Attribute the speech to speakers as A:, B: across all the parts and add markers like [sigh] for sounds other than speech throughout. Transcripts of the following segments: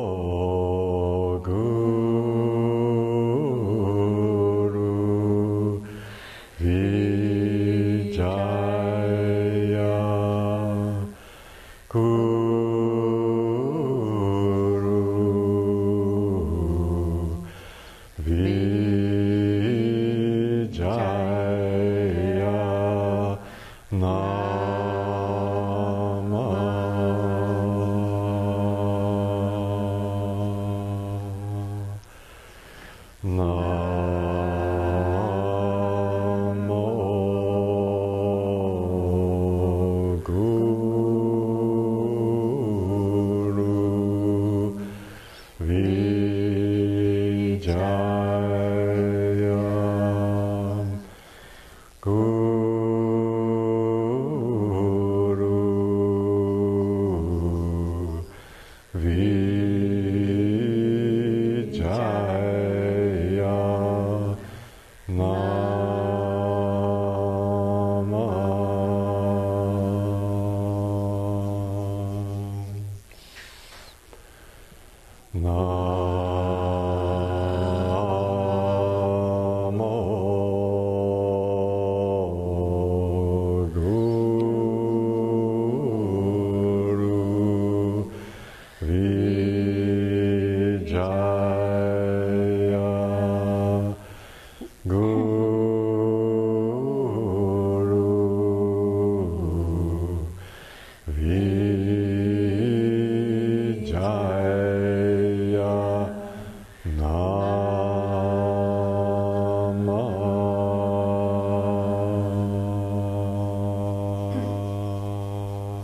A: Namo Guru Vijaya Guru Vijaya Nama Namo Guru Vijaya Guru Vijaya Nama Namo Guru Vijaya Guru Vijaya Nama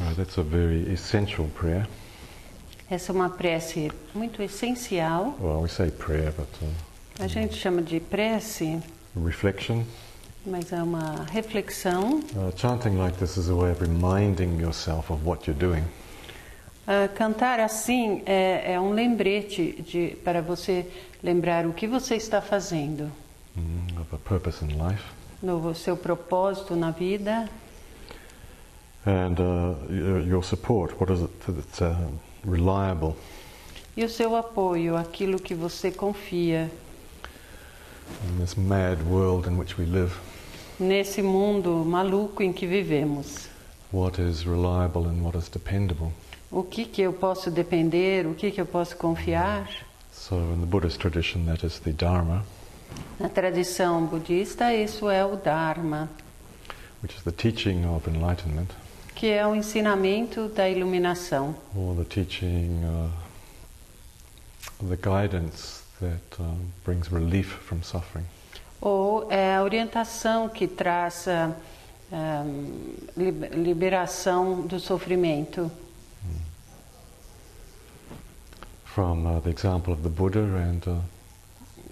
A: Well, that's a very essential prayer.
B: Essa é uma prece muito essencial.
A: Well, we say prayer, but uh,
B: A gente chama de prece,
A: reflection.
B: mas é uma reflexão.
A: Uh, chanting like this is a way of reminding yourself of what you're doing.
B: Ah, cantar assim é, é um lembrete de, para você lembrar o que você está fazendo
A: mm, of a purpose in life.
B: no seu propósito na vida
A: And uh, your your support, what is it that's uh, reliable?
B: e o seu apoio, aquilo que você confia.
A: in this mad world in which we live,
B: Nesse mundo maluco em que vivemos,
A: what is reliable and what is dependable.
B: o que, que eu posso depender, o que, que eu posso confiar?
A: So, in the Buddhist tradition, that is the Dharma,
B: Na tradição budista, isso é o Dharma,
A: which is the teaching of enlightenment,
B: que é o ensinamento da iluminação,
A: or the teaching, uh, the guidance that um, brings relief from suffering.
B: ou é a orientação que traz ah, ah, lib- liberação do sofrimento.
A: From uh, the example of the Buddha and uh,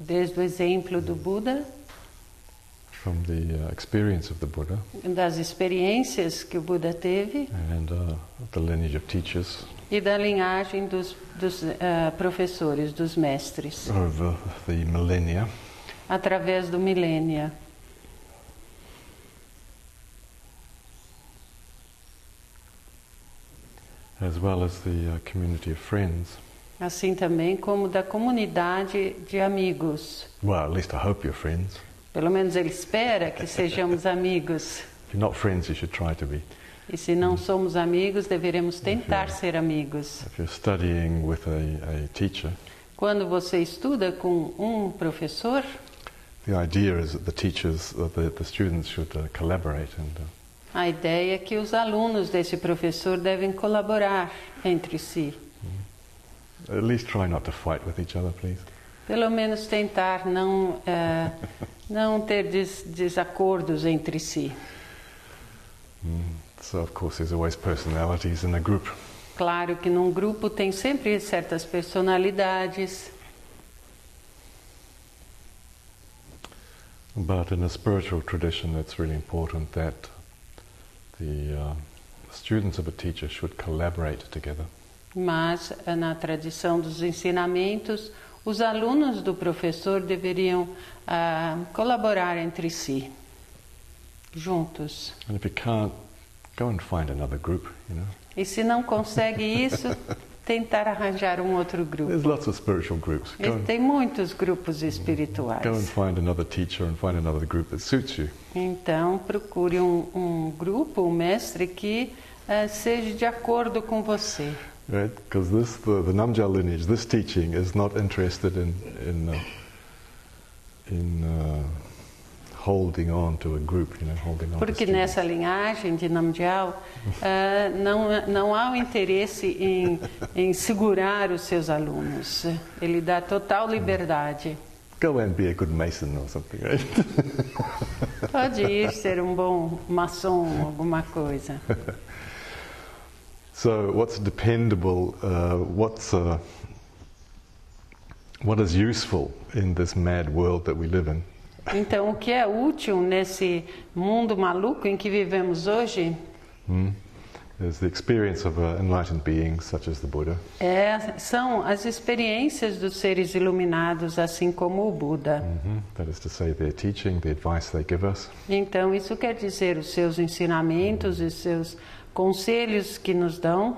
B: Desde o exemplo do Buda,
A: from the uh, experience of the Buddha
B: das experiências que o Buda teve
A: and uh, the lineage of teachers
B: e da linhagem dos, dos ah, professores, dos mestres,
A: over the millennia.
B: através do milênio.
A: As well as the uh, community of friends.
B: Assim também como da comunidade de amigos.
A: Well, at least I hope you're friends.
B: Pelo menos ele espera que sejamos amigos.
A: If you're not friends, you should try to be.
B: E se não somos amigos, deveremos tentar ser amigos.
A: If you're studying with a, a teacher,
B: Quando você estuda com um professor,
A: the idea is that the teachers, uh, the, the students should uh, collaborate and uh,
B: a ideia é que os alunos desse professor devem colaborar entre si.
A: at least try not to fight with each other, please.
B: Pelo menos tentar não, eh, não ter des- desacordos entre si.
A: So, of course, there's always personalities in a group.
B: Claro que num grupo tem sempre certas personalidades.
A: But in a spiritual tradition, it's really important that the uh, students of a teacher should collaborate together.
B: Mas, eh, na tradição dos ensinamentos, os alunos do professor deveriam ah, colaborar entre si, juntos.
A: And if you can't, go and find another group, you know.
B: E se não consegue isso, tentar arranjar um outro grupo.
A: There's lots of spiritual groups.
B: E
A: Go and,
B: tem muitos grupos
A: go and
B: espirituais.
A: find another teacher and find another group that suits you.
B: Então, procure um, um grupo, um mestre que eh, seja de acordo com você.
A: Right? Because this, the, the Namja lineage, this teaching is not interested in in uh, in uh, holding on to a group, you know, holding on. to
B: Porque
A: students.
B: nessa linhagem de Namdial eh, não, não há o interesse em, em segurar os seus alunos. Ele dá total liberdade.
A: Go and be a good mason or something, right? [laughs]
B: Pode ir ser um bom maçom, alguma coisa.
A: so, what's dependable? Uh, what's uh, what is useful in this mad world that we live in?
B: Então, o que é útil nesse mundo maluco em que vivemos hoje
A: Hmm? Is the experience of an enlightened being such as the Buddha,
B: é, são as experiências dos seres iluminados, assim como o Buda.
A: Mm-hmm. that is to say, their teaching, the advice they give us,
B: Então, isso quer dizer os seus ensinamentos e seus conselhos que nos dão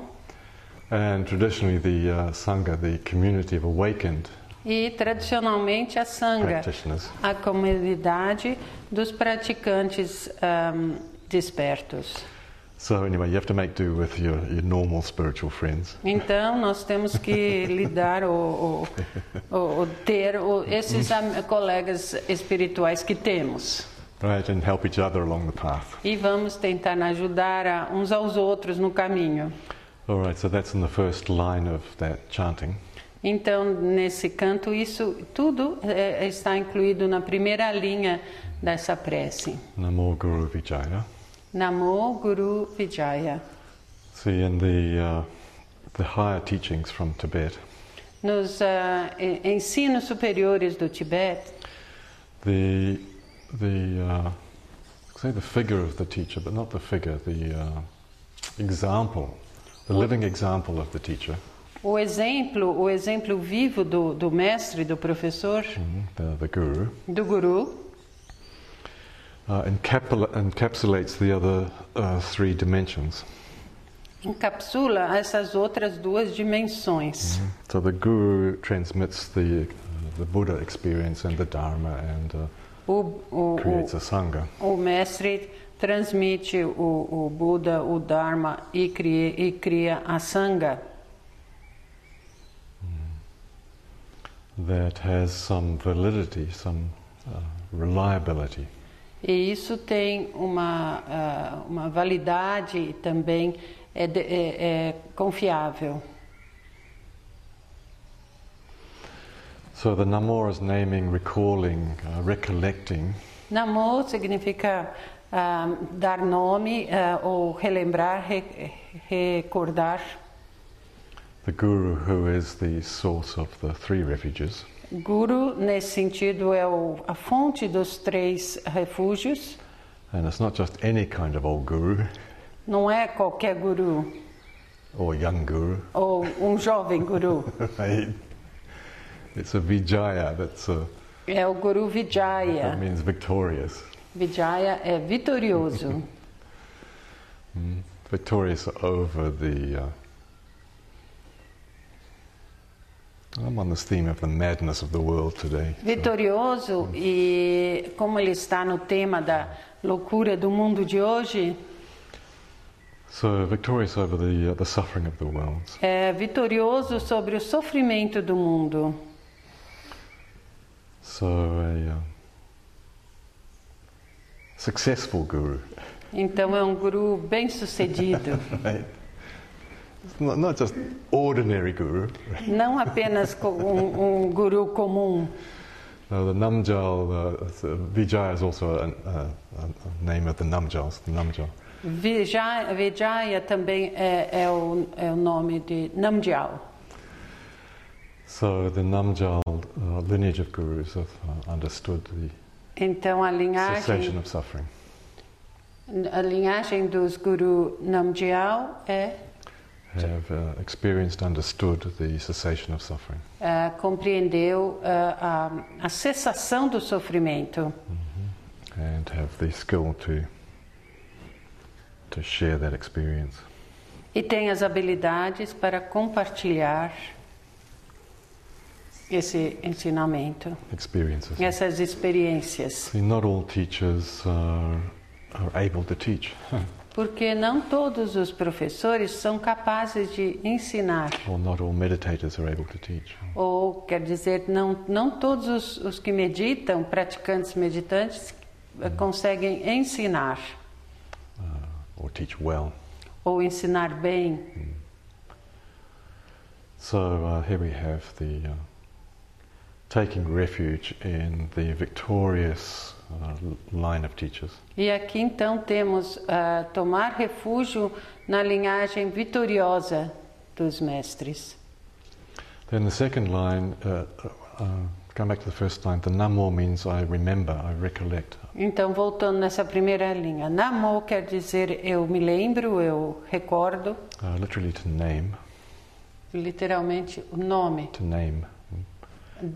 A: And traditionally, the uh, Sangha, the community of awakened
B: e, tradicionalmente, a Sangha,
A: practitioners,
B: a comunidade dos praticantes ahm, despertos.
A: so anyway, you have to make do with your, your normal spiritual friends.
B: Então, nós temos que lidar ou, ou- ou- ou ter o- esses am- colegas espirituais que temos.
A: Right, and help each other along the path.
B: E vamos tentar ajudar a- uns aos outros no caminho.
A: All right, so that's in the first line of that chanting.
B: Então, nesse canto, isso tudo eh, está incluído na primeira linha dessa prece.
A: Namo Guru Vijaya.
B: Namo Guru Vijaya.
A: See, in the uh, the higher teachings from Tibet,
B: Nos ah, en- ensinos superiores do Tibete,
A: the the uh, say the figure of the teacher, but not the figure, the uh, example, the living example of the teacher,
B: o exemplo, o exemplo vivo do, do mestre, do professor,
A: mm, the, the guru.
B: do guru,
A: uh, encapula- encapsulates the other uh, three dimensions.
B: encapsula essas outras duas dimensões.
A: So the guru transmits the uh, the Buddha experience and the Dharma and uh,
B: O, o,
A: creates a sangha.
B: o, o mestre transmite o, o Buda, o Dharma e cria, e cria a Sangha,
A: That has some validity, some uh, reliability.
B: E isso tem uma, ah, uma validade e também é, de- é, é confiável.
A: So the Namor is naming, recalling, uh, recollecting
B: Namo significa ah, dar nome ah, ou relembrar, re- recordar
A: the guru who is the source of the three refuges.
B: Guru, nesse sentido, é o, a fonte dos três refúgios.
A: And it's not just any kind of old guru
B: Não é qualquer guru
A: or young guru. [laughs]
B: ou um jovem guru.
A: right? It's a Vijaya that's a,
B: É o guru
A: that
B: Vijaya.
A: means victorious.
B: Vijaya é vitorioso.
A: victorious over the. Uh, I'm on this theme of the madness of the world today.
B: Vitorioso e como ele está no tema da loucura do mundo de hoje,
A: So victorious over the uh, the suffering of the world,
B: é vitorioso sobre o sofrimento do mundo.
A: so a uh, successful guru,
B: Então é um guru bem sucedido,
A: right? Not, not just ordinary guru.
B: não apenas co- um, um guru comum.
A: Now the Namjal, uh, it's, uh, Vijaya is also an, uh, a- a name of the Namjals, the Namjal.
B: Vijaya, Vijaya também é, é o, é o nome de Namdial.
A: So the Namjal uh, lineage of gurus have uh, understood the
B: Então a
A: cessation
B: linhagem,
A: of suffering.
B: a linhagem dos Guru Namgyal é
A: Have uh, experienced, understood the cessation of suffering.
B: ah, compreendeu ah, a, a cessação do sofrimento
A: and have the skill to to share that experience.
B: e tem as habilidades para compartilhar esse ensinamento,
A: Experiences.
B: essas experiências,
A: See, not all teachers are, are able to teach.
B: porque não todos os professores são capazes de ensinar,
A: Or not all meditators are able to teach.
B: ou quer dizer, não, não todos os, os que meditam, praticantes meditantes, eh, conseguem ensinar
A: Uh, or teach well.
B: ou ensinar bem.
A: So uh, here we have the uh, taking refuge in the victorious uh, l- line of teachers.
B: E aqui então temos ah, tomar refúgio na linhagem vitoriosa dos mestres.
A: Then the second line, uh, uh, uh, come back to the first line, the namo means I remember, I recollect,
B: Então, voltando nessa primeira linha, Namo quer dizer eu me lembro, eu recordo,
A: uh, literally to name.
B: literalmente o nome,
A: to name.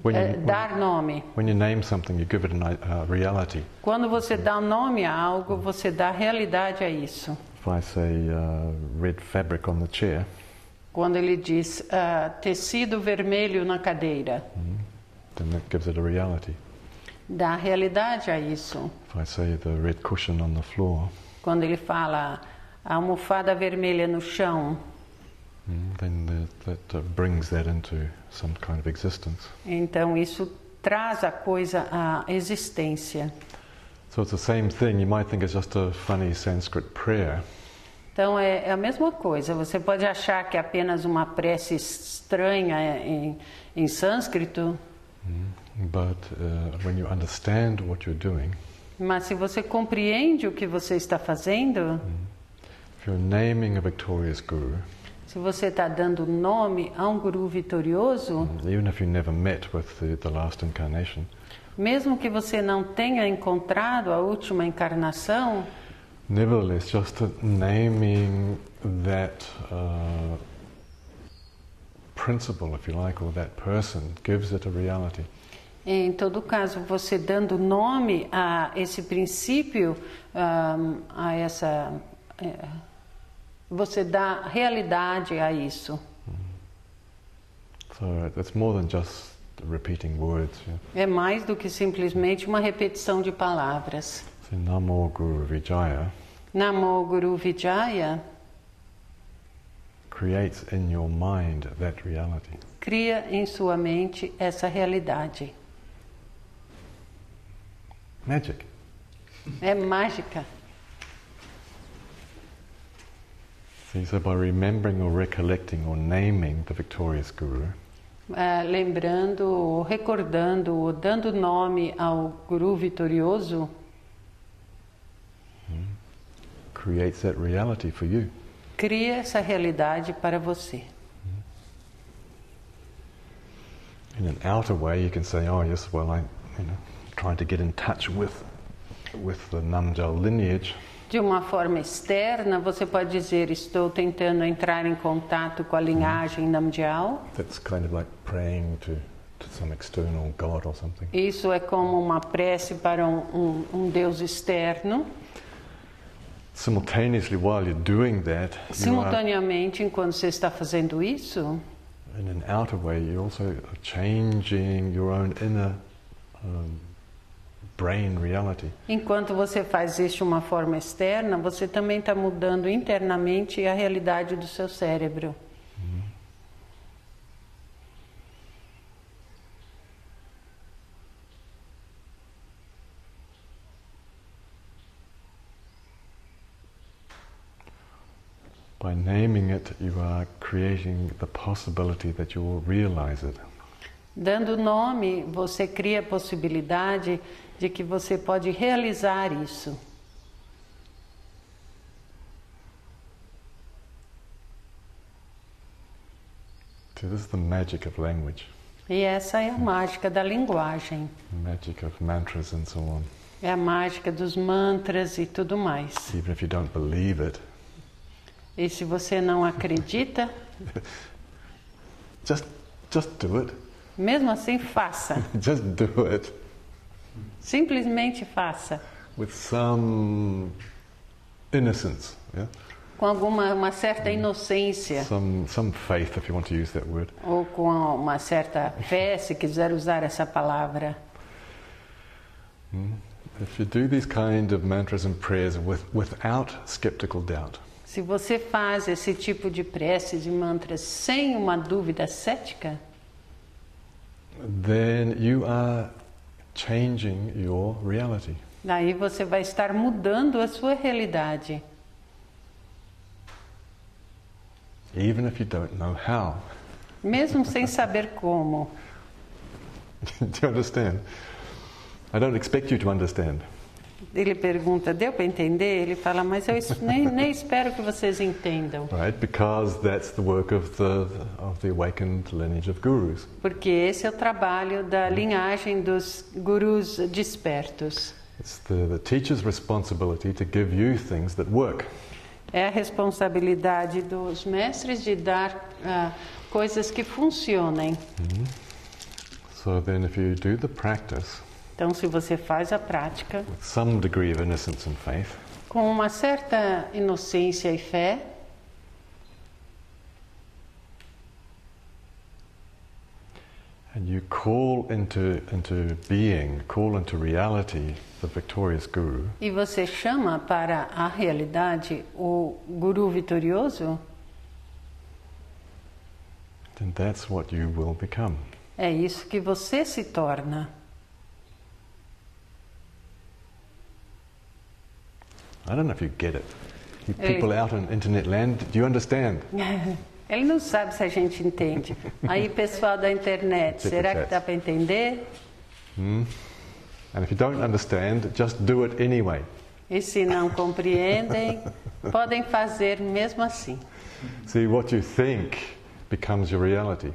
A: When you,
B: é,
A: when,
B: dar nome.
A: when you name something, you give it a uh, reality.
B: Quando você dá nome a algo, você dá realidade a isso.
A: If I say uh, red fabric on the chair,
B: Quando ele diz ah, tecido vermelho na cadeira,
A: then that gives it a reality.
B: dá realidade a isso.
A: If I say the red cushion on the floor,
B: Quando ele fala a almofada vermelha no chão,
A: then the, that uh, brings that into some kind of existence.
B: então isso traz a coisa à existência.
A: So it's the same thing. You might think it's just a funny Sanskrit prayer,
B: Então é é a mesma coisa. Você pode achar que é apenas uma prece estranha em, em sânscrito,
A: but uh, when you understand what you're doing,
B: mas se você compreende o que você está fazendo,
A: if you're naming a victorious guru,
B: se você está dando nome a um guru vitorioso,
A: even if you never met with the, the last incarnation,
B: mesmo que você não tenha encontrado a última encarnação,
A: Nevertheless, just the naming that uh, principle, if you like, or that person gives it a reality.
B: em todo caso, você dando nome a esse princípio, ahm, a essa, eh, você dá realidade a isso.
A: So it's more than just repeating words. You know.
B: É mais do que simplesmente uma repetição de palavras.
A: So Namo Guru Vijaya
B: Namo Guru Vijaya
A: creates in your mind that reality.
B: cria em sua mente essa realidade.
A: Magic.
B: É mágica.
A: See, so by remembering or recollecting or naming the victorious Guru,
B: Ah, lembrando, ou recordando, ou dando nome ao Guru vitorioso,
A: creates that reality for you.
B: cria essa realidade para você.
A: in an outer way, you can say, "Oh yes, well, I, you know, trying to get in touch with, with the Namjal lineage,
B: De uma forma externa, você pode dizer: Estou tentando entrar em contato com a linhagem namdial.
A: that's kind of like praying to, to some external god or something."
B: Isso é como uma prece para um- um- um Deus externo.
A: Simultaneously, while you're doing that, you are,
B: Simultaneamente, enquanto você está fazendo isso,
A: in an outer way, you're also changing your own inner um, brain reality.
B: enquanto você faz isso de uma forma externa, você também está mudando internamente a realidade do seu cérebro.
A: By naming it, you are creating the possibility that you will realize it.
B: Dando nome, você cria a possibilidade de que você pode realizar isso.
A: So this is the magic of language.
B: E essa é a mágica da linguagem,
A: magic of mantras and so on.
B: é a mágica dos mantras e tudo mais.
A: Even if you don't believe it,
B: E se você não acredita,
A: just just do it. [laughs]
B: mesmo assim faça.
A: Just do it
B: Simplesmente faça.
A: with some innocence, yeah?
B: Com alguma uma certa inocência
A: Some some faith if you want to use that word.
B: ou com uma certa fé, se quiser usar essa palavra.
A: If you do these kind of mantras and prayers with, without skeptical doubt,
B: Se você faz esse tipo de preces e mantras sem uma dúvida cética,
A: then you are changing your reality.
B: daí você vai estar mudando a sua realidade,
A: Even if you don't know how. [laughs]
B: mesmo sem saber como.
A: do you understand? I don't expect you to understand.
B: Ele pergunta, deu para entender? Ele fala, mas eu es- nem, nem espero que vocês entendam,
A: Right? Because that's the work of the of the awakened lineage of gurus.
B: porque esse é o trabalho da linhagem dos gurus despertos.
A: It's the, the teacher's responsibility to give you things that work.
B: É a responsabilidade dos mestres de dar ah, coisas que funcionem.
A: So then if you do the practice
B: Então, se você faz a prática
A: with some degree of innocence and faith,
B: com uma certa inocência e fé,
A: and you call into into being, call into reality the victorious guru,
B: e você chama para a realidade o guru vitorioso,
A: then that's what you will become.
B: é isso que você se torna.
A: I don't know if you get it. You
B: Hey.
A: people out in internet land, do you understand?
B: Ele não sabe se a gente entende. Aí, pessoal da internet,
A: Tipo
B: será que
A: chat.
B: dá para entender?
A: And if you don't understand, just do it anyway.
B: E se não compreendem, podem fazer mesmo assim.
A: See, what you think becomes your reality.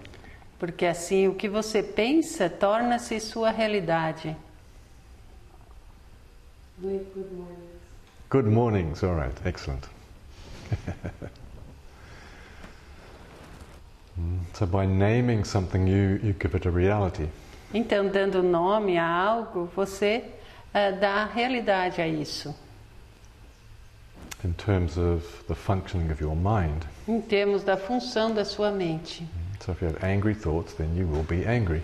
B: Porque assim o que você pensa torna-se sua realidade.
A: Good mornings, all right, excellent. [laughs] Mm, so, by naming something, you, you give it a reality.
B: Então, dando nome a algo, você eh, dá realidade a isso.
A: in terms of the functioning of your mind.
B: Em termos da função da sua mente.
A: So if you have angry thoughts, then you will be angry.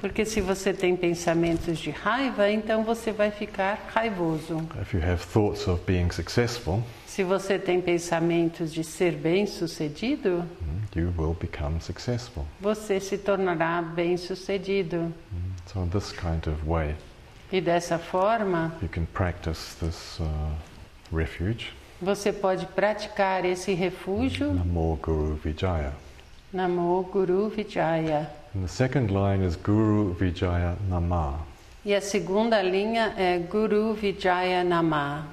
B: Porque se você tem pensamentos de raiva, então você vai ficar raivoso.
A: If you have thoughts of being successful,
B: Se você tem pensamentos de ser bem-sucedido,
A: you will become successful.
B: você se tornará bem-sucedido.
A: So in this kind of way,
B: E dessa forma,
A: you can practice this uh, refuge,
B: você pode praticar esse refúgio
A: Namo Guru Vijaya.
B: Namo Guru Vijaya.
A: And the second line is Guru Vijaya Nama.
B: E a segunda linha é Guru Vijaya Nama.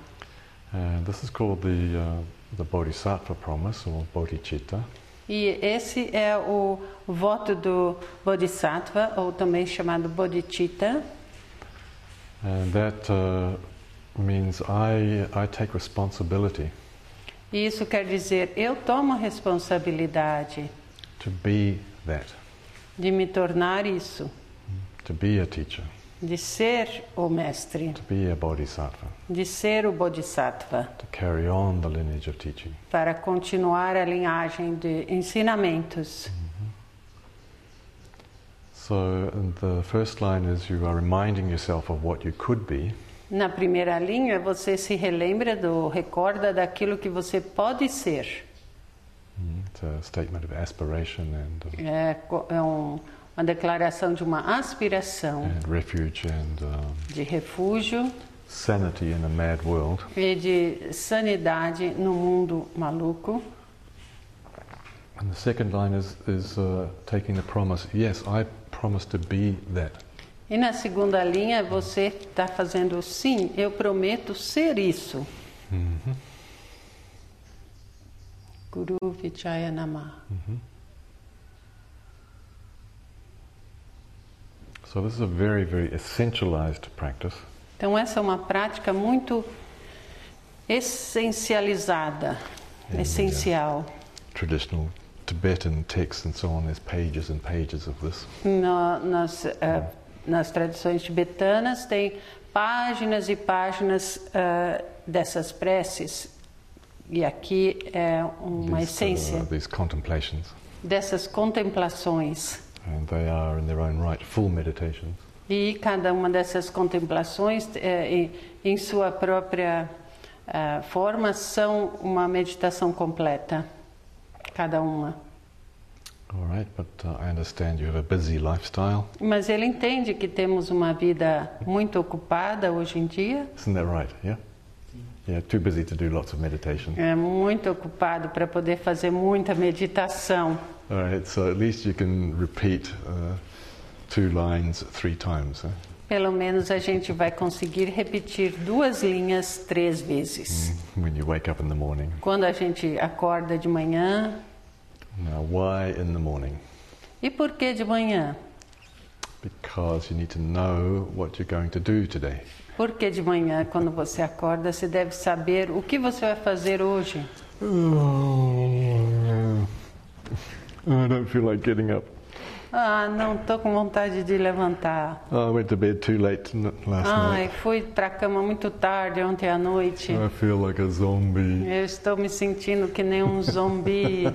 A: And this is called the, uh, the Bodhisattva promise or Bodhicitta.
B: E esse é o voto do Bodhisattva, ou também chamado Bodhicitta.
A: And that uh, means I, I take responsibility
B: E isso quer dizer: eu tomo a responsabilidade
A: to be that.
B: de me tornar isso,
A: to be a teacher,
B: de ser o mestre,
A: to be a bodhisattva,
B: de ser o Bodhisattva,
A: to carry on the lineage of teaching.
B: para continuar a linhagem de ensinamentos.
A: So and the first line is you are reminding yourself of what you could be,
B: Na primeira linha, você se relembra do, recorda daquilo que você pode ser.
A: it's a statement of aspiration and, of-
B: É, co- é um- uma declaração de uma aspiração
A: and refuge and um,
B: de refúgio
A: sanity in a mad world.
B: e de sanidade no mundo maluco.
A: And the second line is, is uh, taking the promise, yes, I promise to be that.
B: E na segunda linha, você está fazendo sim, eu prometo ser isso. Guru Vijaya Nama.
A: So this is a very, very essentialized practice.
B: Então, essa é uma prática muito essencializada,
A: Yeah,
B: essencial.
A: Traditional Tibetan texts and so on, there's pages and pages of this.
B: Na- nas, eh, nas tradições tibetanas, tem páginas e páginas eh, dessas preces. E aqui é uma
A: these,
B: essência
A: uh, these contemplations.
B: dessas contemplações.
A: And they are, in their own right, full meditations.
B: E cada uma dessas contemplações, eh, em- em sua própria eh, forma, são uma meditação completa, cada uma.
A: All right, but uh, I understand you have a busy lifestyle.
B: Mas ele entende que temos uma vida muito ocupada hoje em dia,
A: Isn't that right? Yeah? Yeah, too busy to do lots of meditation.
B: é muito ocupado para poder fazer muita meditação.
A: All right, so at least you can repeat uh, two lines three times. eh?
B: Pelo menos a gente vai conseguir repetir duas linhas três vezes.
A: when you wake up in the morning.
B: Quando a gente acorda de manhã.
A: Now, why in the morning?
B: E por que de manhã?
A: Because you need to know what you're going to do [laughs] today.
B: Porque de manhã, quando você acorda, você deve saber o que você vai fazer hoje.
A: Oh, I don't feel like getting up.
B: Ah, não estou com vontade de levantar.
A: Oh, I went to bed too late n- last
B: Ai,
A: night.
B: fui para a cama muito tarde ontem à noite.
A: I feel like a zombie.
B: Eu estou me sentindo que nem um zumbi.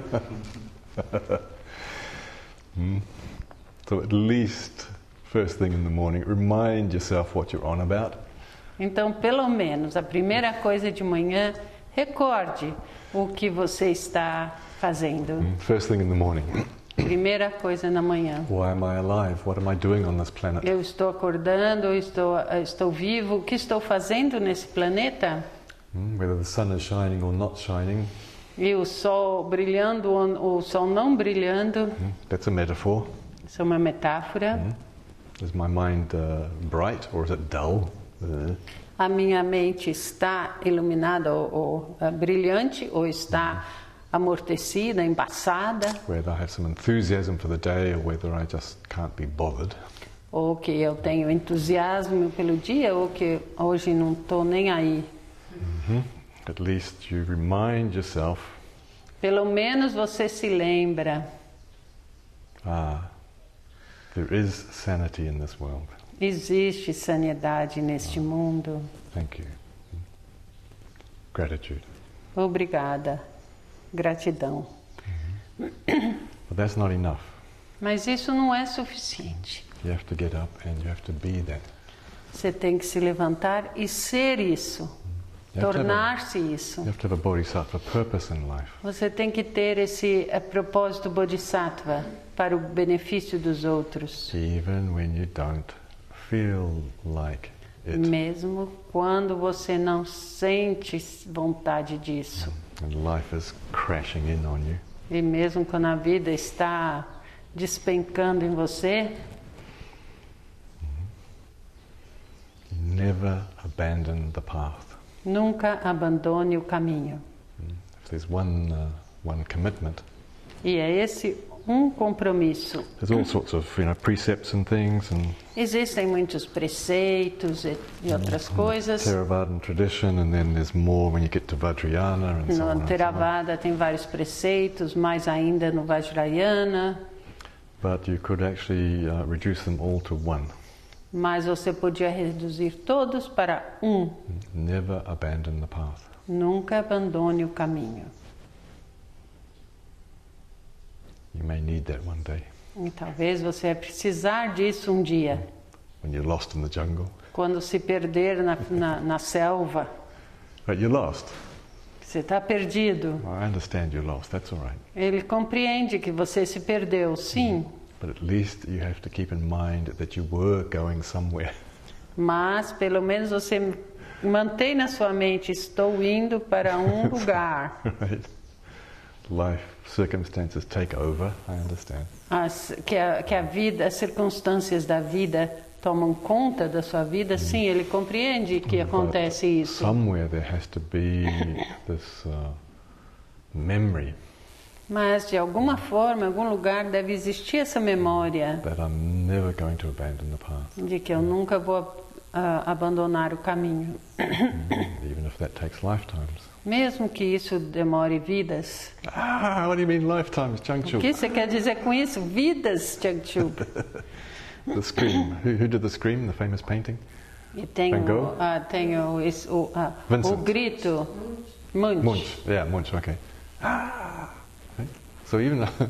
A: So, at least first thing in the morning, remind yourself what you're on about.
B: Então, pelo menos, a primeira coisa de manhã, recorde o que você está fazendo.
A: First thing in the morning,
B: Primeira coisa na manhã.
A: why am I alive? What am I doing on this planet?
B: Eu estou acordando, eu estou, eu estou vivo, o que estou fazendo nesse planeta?
A: Hmm, Whether the sun is shining or not shining,
B: E o sol brilhando ou o sol não brilhando,
A: hmm, that's a metaphor.
B: isso é uma metáfora.
A: Is my mind uh, bright or is it dull? Uh,
B: A minha mente está iluminada ou, ou ah, brilhante ou está amortecida, embaçada,
A: whether I have some enthusiasm for the day or whether I just can't be bothered.
B: ou que eu tenho entusiasmo pelo dia ou que hoje não estou nem aí.
A: At least you remind yourself,
B: Pelo menos você se lembra,
A: ah, there is sanity in this world.
B: existe sanidade neste mundo.
A: Thank you. Hmm. Gratitude.
B: Obrigada. Gratidão.
A: But that's not enough.
B: Mas isso não é suficiente.
A: You have to get up and you have to be that.
B: Você tem que se levantar e ser isso,
A: You have to have a,
B: tornar-se isso.
A: you have to have a bodhisattva purpose in life.
B: Você tem que ter esse eh, propósito bodhisattva para o benefício dos outros,
A: Even when you don't feel like it.
B: Mm. mesmo quando você não sente vontade disso,
A: And life is crashing in on you.
B: e mesmo quando a vida está despencando em você,
A: Never abandon the path.
B: nunca abandone o caminho.
A: If there's one, uh, one commitment,
B: E é esse um compromisso.
A: there's all sorts of you know precepts and things and
B: Existem muitos preceitos e, e outras coisas.
A: Theravadan tradition, and then there's more when you get to Vajrayana and so on.
B: No
A: and so on.
B: Theravada tem vários preceitos, mais ainda no Vajrayana.
A: But you could actually uh, reduce them all to one.
B: Mas você podia reduzir todos para um.
A: Never abandon the path.
B: Nunca abandone o caminho.
A: You may need that one day
B: E talvez você vai precisar disso um dia,
A: when you're lost in the jungle.
B: quando se perder na, na, na selva.
A: But you're lost.
B: Você está perdido.
A: I understand you're lost. That's all right.
B: Ele compreende que você se perdeu, sim,
A: But at least you have to keep in mind that you were going somewhere. [laughs]
B: mas pelo menos você mantém na sua mente: estou indo para um lugar.
A: Right? Life circumstances take over. I understand.
B: As- que, a, que a vida, as circunstâncias da vida tomam conta da sua vida, sim, ele compreende que acontece isso.
A: Somewhere there has to be this uh, memory
B: Mas de alguma forma, em algum lugar deve existir essa memória
A: that I'm never going to abandon the
B: [coughs]
A: path,
B: de que eu nunca vou ah, abandonar o caminho,
A: Mm, even if that takes lifetimes.
B: mesmo que isso demore vidas.
A: Ah, what do you mean lifetimes,
B: O que
A: Changchu?
B: você quer dizer com isso? Vidas, Changchub.
A: The scream. who, who did the scream? The famous painting.
B: E tem
A: Van
B: o,
A: Gogh?
B: ah, tem o, esse- o, ah, o
A: Vincent.
B: grito Munch.
A: Munch. Yeah, Munch. Okay. Ah. Right? So even [laughs] if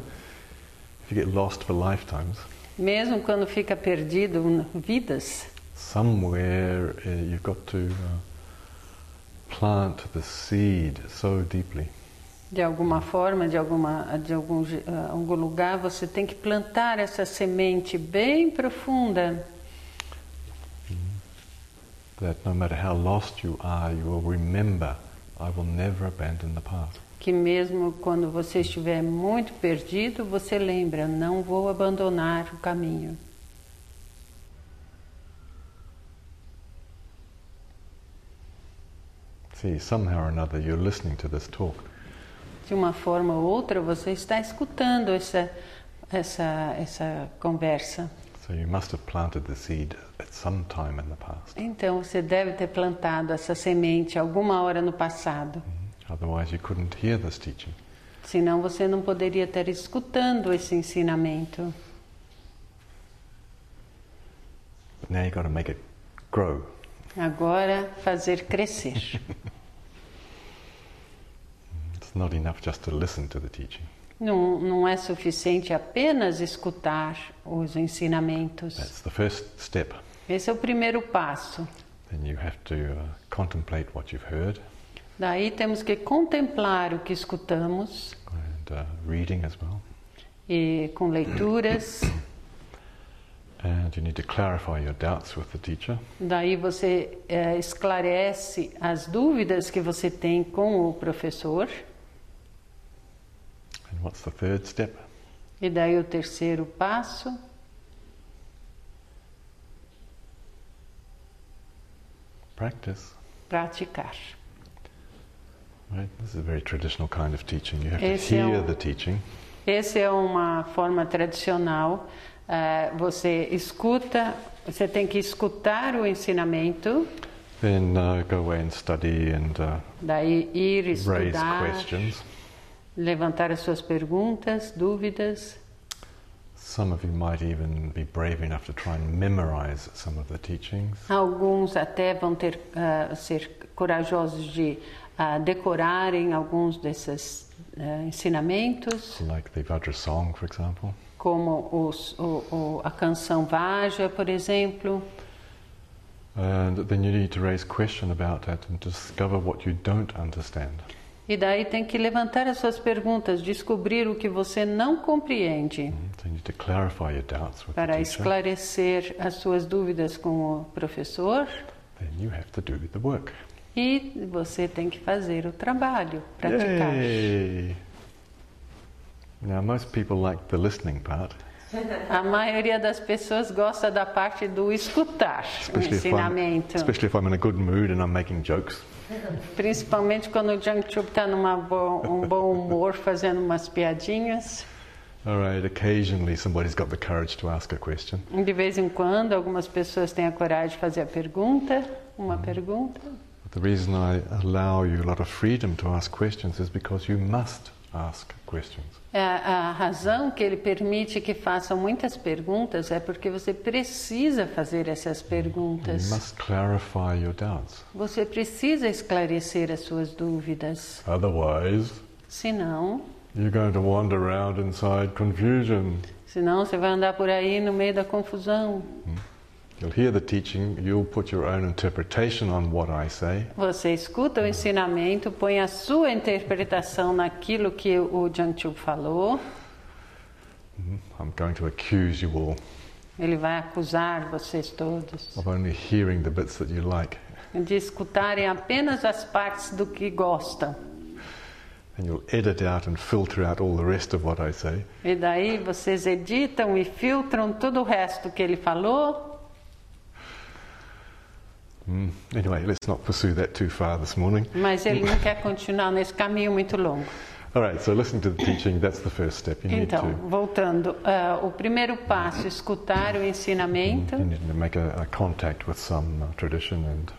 A: you get lost for lifetimes,
B: Mesmo quando fica perdido, n- vidas.
A: somewhere uh, you've got to uh, plant the seed so deeply.
B: De alguma forma, de, alguma, de algum, je- ah, algum lugar, você tem que plantar essa semente bem profunda.
A: that no matter how lost you are, you will remember, I will never abandon the path.
B: Que mesmo quando você estiver muito perdido, você lembra: não vou abandonar o caminho.
A: See, somehow or another, you're listening to this talk.
B: De uma forma ou outra, você está escutando essa, essa, essa conversa.
A: So you must have planted the seed at some time in the past.
B: Então você deve ter plantado essa semente alguma hora no passado.
A: Otherwise, you couldn't hear this teaching.
B: Senão você não poderia estar escutando esse ensinamento.
A: But now you've got to make it grow.
B: Agora, fazer crescer.
A: It's not enough just to listen to the teaching.
B: não, não é suficiente apenas escutar os ensinamentos.
A: That's the first step.
B: Esse é o primeiro passo.
A: Then you have to uh, contemplate what you've heard.
B: Daí temos que contemplar o que escutamos
A: And uh, reading as well.
B: e com leituras.
A: And you need to clarify your doubts with the teacher.
B: Daí você eh, esclarece as dúvidas que você tem com o professor.
A: And what's the third step?
B: E daí o terceiro passo
A: Practice.
B: praticar.
A: Right? This is a very traditional kind of teaching. You have to
B: Yes, yeah.
A: hear the teaching,
B: Essa é uma forma tradicional. eh, você escuta, você tem que escutar o ensinamento,
A: then uh, go away and study and uh,
B: daí ir
A: raise
B: estudar,
A: questions.
B: levantar as suas perguntas, dúvidas.
A: Some of you might even be brave enough to try and memorize some of the teachings.
B: Alguns até vão ter ah, ser corajosos de ah, decorarem alguns desses ah, ensinamentos,
A: Like the Vajra song, for example.
B: como os, o, o, a canção Vaja, por exemplo.
A: And then you need to raise question about that and discover what you don't understand.
B: E daí tem que levantar as suas perguntas, descobrir o que você não compreende
A: So you need to clarify your doubts with
B: para
A: the teacher.
B: esclarecer as suas dúvidas com o professor.
A: Then you have to do the work.
B: E você tem que fazer o trabalho, praticar.
A: Yay! Now, most people like the listening part.
B: A maioria das pessoas gosta da parte do escutar o
A: Especially if, I'm,
B: ensinamento.
A: especially if I'm in a good mood and I'm making jokes.
B: Principalmente quando o Jang Chub está num um bom humor, fazendo umas piadinhas.
A: All right, occasionally somebody's got the courage to ask a question.
B: De vez em quando, algumas pessoas têm a coragem de fazer a pergunta, uma pergunta.
A: But the reason I allow you a lot of freedom to ask questions is because you must ask questions.
B: É, a razão que ele permite que façam muitas perguntas é porque você precisa fazer essas
A: You
B: perguntas.
A: must clarify your doubts.
B: Você precisa esclarecer as suas dúvidas.
A: Otherwise,
B: Senão,
A: you're going to wander around inside confusion.
B: senão você vai andar por aí no meio da confusão.
A: You'll hear the teaching, you'll put your own interpretation on what I say,
B: Você escuta o ensinamento, põe a sua interpretação naquilo que o Jiang Chu falou.
A: I'm going to accuse you all
B: Ele vai acusar vocês todos
A: of only hearing the bits that you like,
B: de escutarem apenas as partes do que gostam.
A: and you'll edit out and filter out all the rest of what I say.
B: E daí vocês editam e filtram todo o resto que ele falou.
A: Mm. Anyway, let's not pursue that too far this morning.
B: Mas ele não quer continuar nesse caminho muito longo.
A: All right, so listening to the teaching, that's the first step. You need
B: Então,
A: to
B: voltando, ah, o primeiro passo, escutar o ensinamento,
A: you need to make a, a contact with some uh, tradition and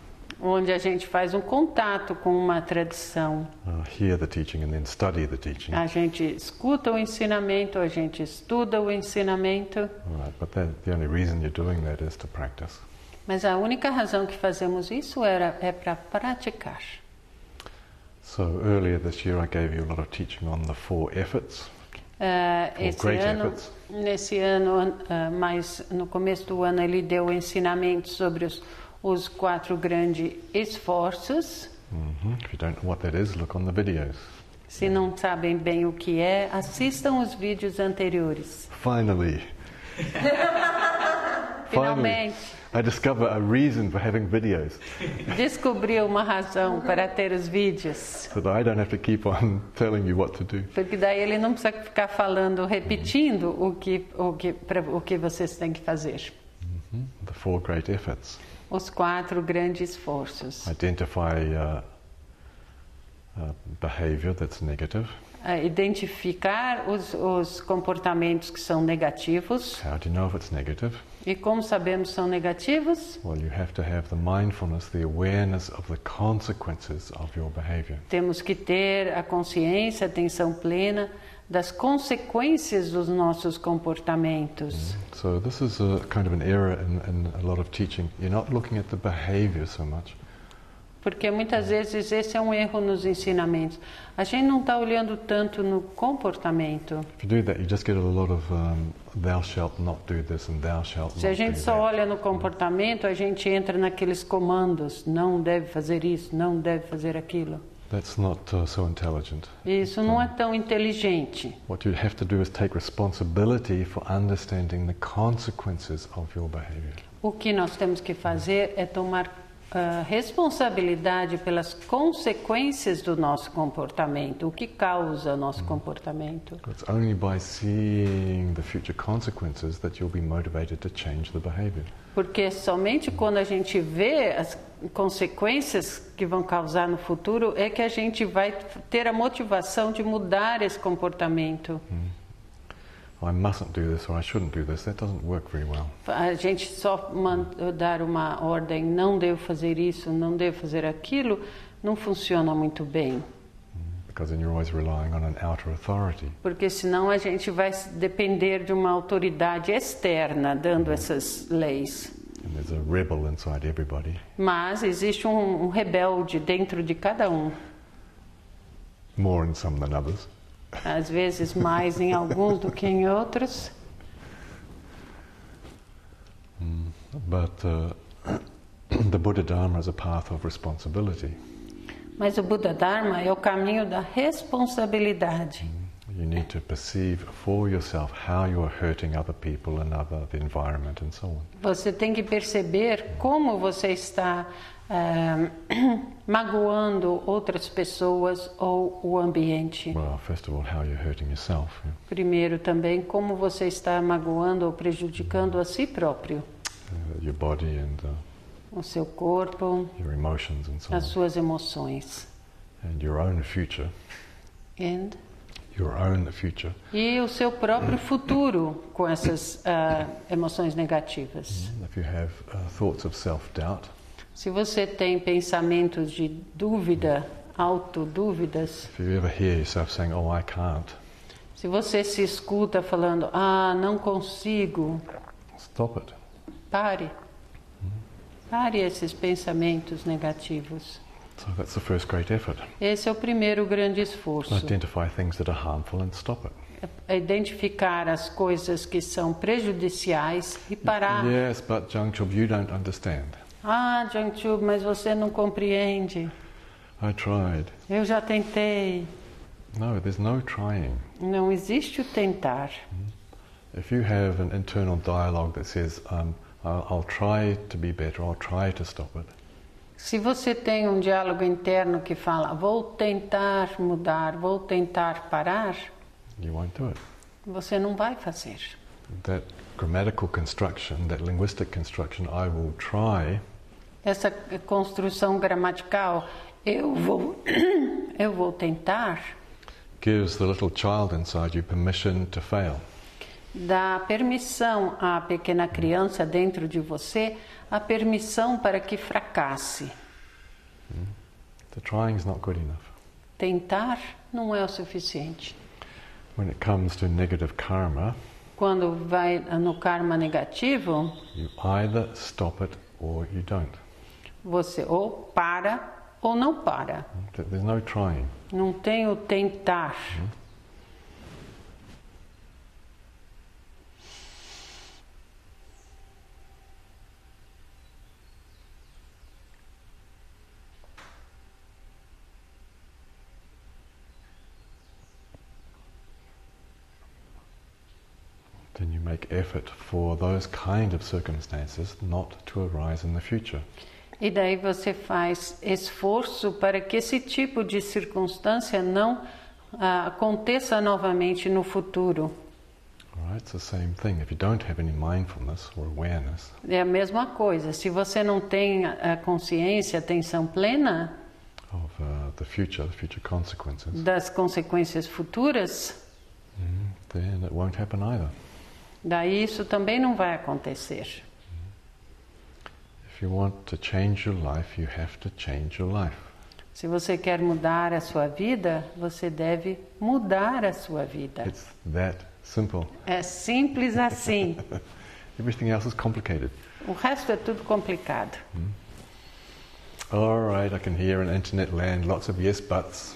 B: onde a gente faz um contato com uma tradição.
A: uh, hear the teaching and then study the teaching.
B: A gente escuta o ensinamento, a gente estuda o ensinamento,
A: All right, but that, the only reason you're doing that is to practice.
B: mas a única razão que fazemos isso era, é para praticar.
A: So earlier this year, I gave you a lot of teaching on the four efforts.
B: Ah,
A: Four
B: esse
A: great
B: ano,
A: efforts.
B: nesse ano, ah, mas no começo do ano ele deu ensinamento sobre os, os quatro grandes esforços.
A: hmm If you don't know what that is, look on the videos.
B: Se não sabem bem o que é, assistam os vídeos anteriores.
A: Finally, finally,
B: Finalmente,
A: I discover a reason for having videos
B: descobri uma razão para ter os vídeos.
A: so that I don't have to keep on [laughs] telling you what to do.
B: Porque daí ele não precisa ficar falando, repetindo o que, o que, pra, o que vocês têm que fazer.
A: The four great efforts
B: Os quatro grandes esforços.
A: identify uh, uh, behavior that's negative.
B: É, identificar os, os comportamentos que são negativos.
A: How do you know if it's negative?
B: E como sabemos são negativos?
A: Well, you have to have the mindfulness, the awareness of the consequences of your behavior.
B: Temos que ter a consciência, a atenção plena das consequências dos nossos comportamentos.
A: So this is a kind of an error in, in a lot of teaching. You're not looking at the behavior so much.
B: Porque muitas vezes esse é um erro nos ensinamentos. A gente não está olhando tanto no comportamento.
A: If you do that, you just get a lot of um, "thou shalt not do this" and "thou shalt
B: Se
A: not
B: a
A: do
B: gente só
A: that."
B: olha no comportamento, a gente entra naqueles comandos: não deve fazer isso, não deve fazer aquilo.
A: That's not uh, so intelligent.
B: E Isso não é tão inteligente.
A: What you have to do is take responsibility for understanding the consequences of your behavior.
B: O que nós temos que fazer é tomar ah, responsabilidade pelas consequências do nosso comportamento, o que causa nosso comportamento.
A: It's only by seeing the future consequences that you'll be motivated to change the behavior.
B: Porque somente quando a gente vê as consequências que vão causar no futuro é que a gente vai ter a motivação de mudar esse comportamento.
A: I mustn't do this or I shouldn't do this. That doesn't work very well.
B: A gente só man- dar uma ordem, não devo fazer isso, não devo fazer aquilo, não funciona muito bem.
A: Because then you're always relying on an outer authority.
B: Porque senão a gente vai s- depender de uma autoridade externa dando essas leis.
A: And there's a rebel inside everybody.
B: Mas existe um, um rebelde dentro de cada um.
A: More in some than others.
B: Às vezes mais em alguns do que em outros.
A: But uh, [clears throat] the Buddha Dharma is a path of responsibility.
B: Mas o Buda Dharma é o caminho da responsabilidade.
A: You need to perceive for yourself how you are hurting other people and other the environment and so on.
B: Você tem que perceber como você está eh, [clears throat] magoando outras pessoas ou o ambiente.
A: Well, first of all, how you're hurting yourself. yeah.
B: Primeiro, também, como você está magoando ou prejudicando a si próprio,
A: Uh, your body and uh,
B: o seu corpo,
A: your emotions and so on.
B: as suas emoções.
A: And your own future.
B: And-
A: Your own future.
B: e o seu próprio futuro com essas ah, emoções negativas.
A: If you have uh, thoughts of self doubt,
B: Se você tem pensamentos de dúvida, autodúvidas,
A: if you ever hear yourself saying, Oh, I can't,
B: se você se escuta falando, ah, não consigo,
A: stop it.
B: pare. Pare esses pensamentos negativos.
A: So that's the first great effort.
B: Esse é o primeiro grande esforço.
A: Identify things that are harmful and stop it.
B: É identificar as coisas que são prejudiciais e parar.
A: Yes, but Jung Chub, you don't understand.
B: Ah, Jiangchu, mas você não compreende.
A: I tried.
B: Eu já tentei.
A: No, there's no trying.
B: Não existe o tentar.
A: If you have an internal dialogue that says, um, I'll, I'll try to be better, I'll try to stop it,
B: Se você tem um diálogo interno que fala, vou tentar mudar, vou tentar parar,
A: you won't do it.
B: você não vai fazer.
A: That grammatical construction, that linguistic construction, I will try,
B: Essa [clears throat] construção gramatical, eu vou, eu vou tentar,
A: gives the little child inside you permission to fail.
B: Dá permissão à pequena criança dentro de você, a permissão para que fracasse.
A: The trying is not good enough.
B: Tentar não é o suficiente.
A: When it comes to negative karma,
B: Quando vai no karma negativo,
A: you either stop it or you don't.
B: você ou para ou não para.
A: Th- There's no trying.
B: Não tem o tentar.
A: Then you make effort for those kind of circumstances not to arise in the future.
B: E daí você faz esforço para que esse tipo de circunstância não ah, aconteça novamente no futuro.
A: All right, it's the same thing. If you don't have any mindfulness or awareness,
B: É a mesma coisa. Se você não tem a a consciência, atenção plena
A: of uh, the future, the future consequences,
B: das consequências futuras,
A: then it won't happen either.
B: daí isso também não vai acontecer.
A: If you want to change your life, you have to change your life.
B: Se você quer mudar a sua vida, você deve mudar a sua vida.
A: It's that simple.
B: É simples assim.
A: Everything else is complicated.
B: O resto é tudo complicado.
A: All right, I can hear in internet land lots of yes buts.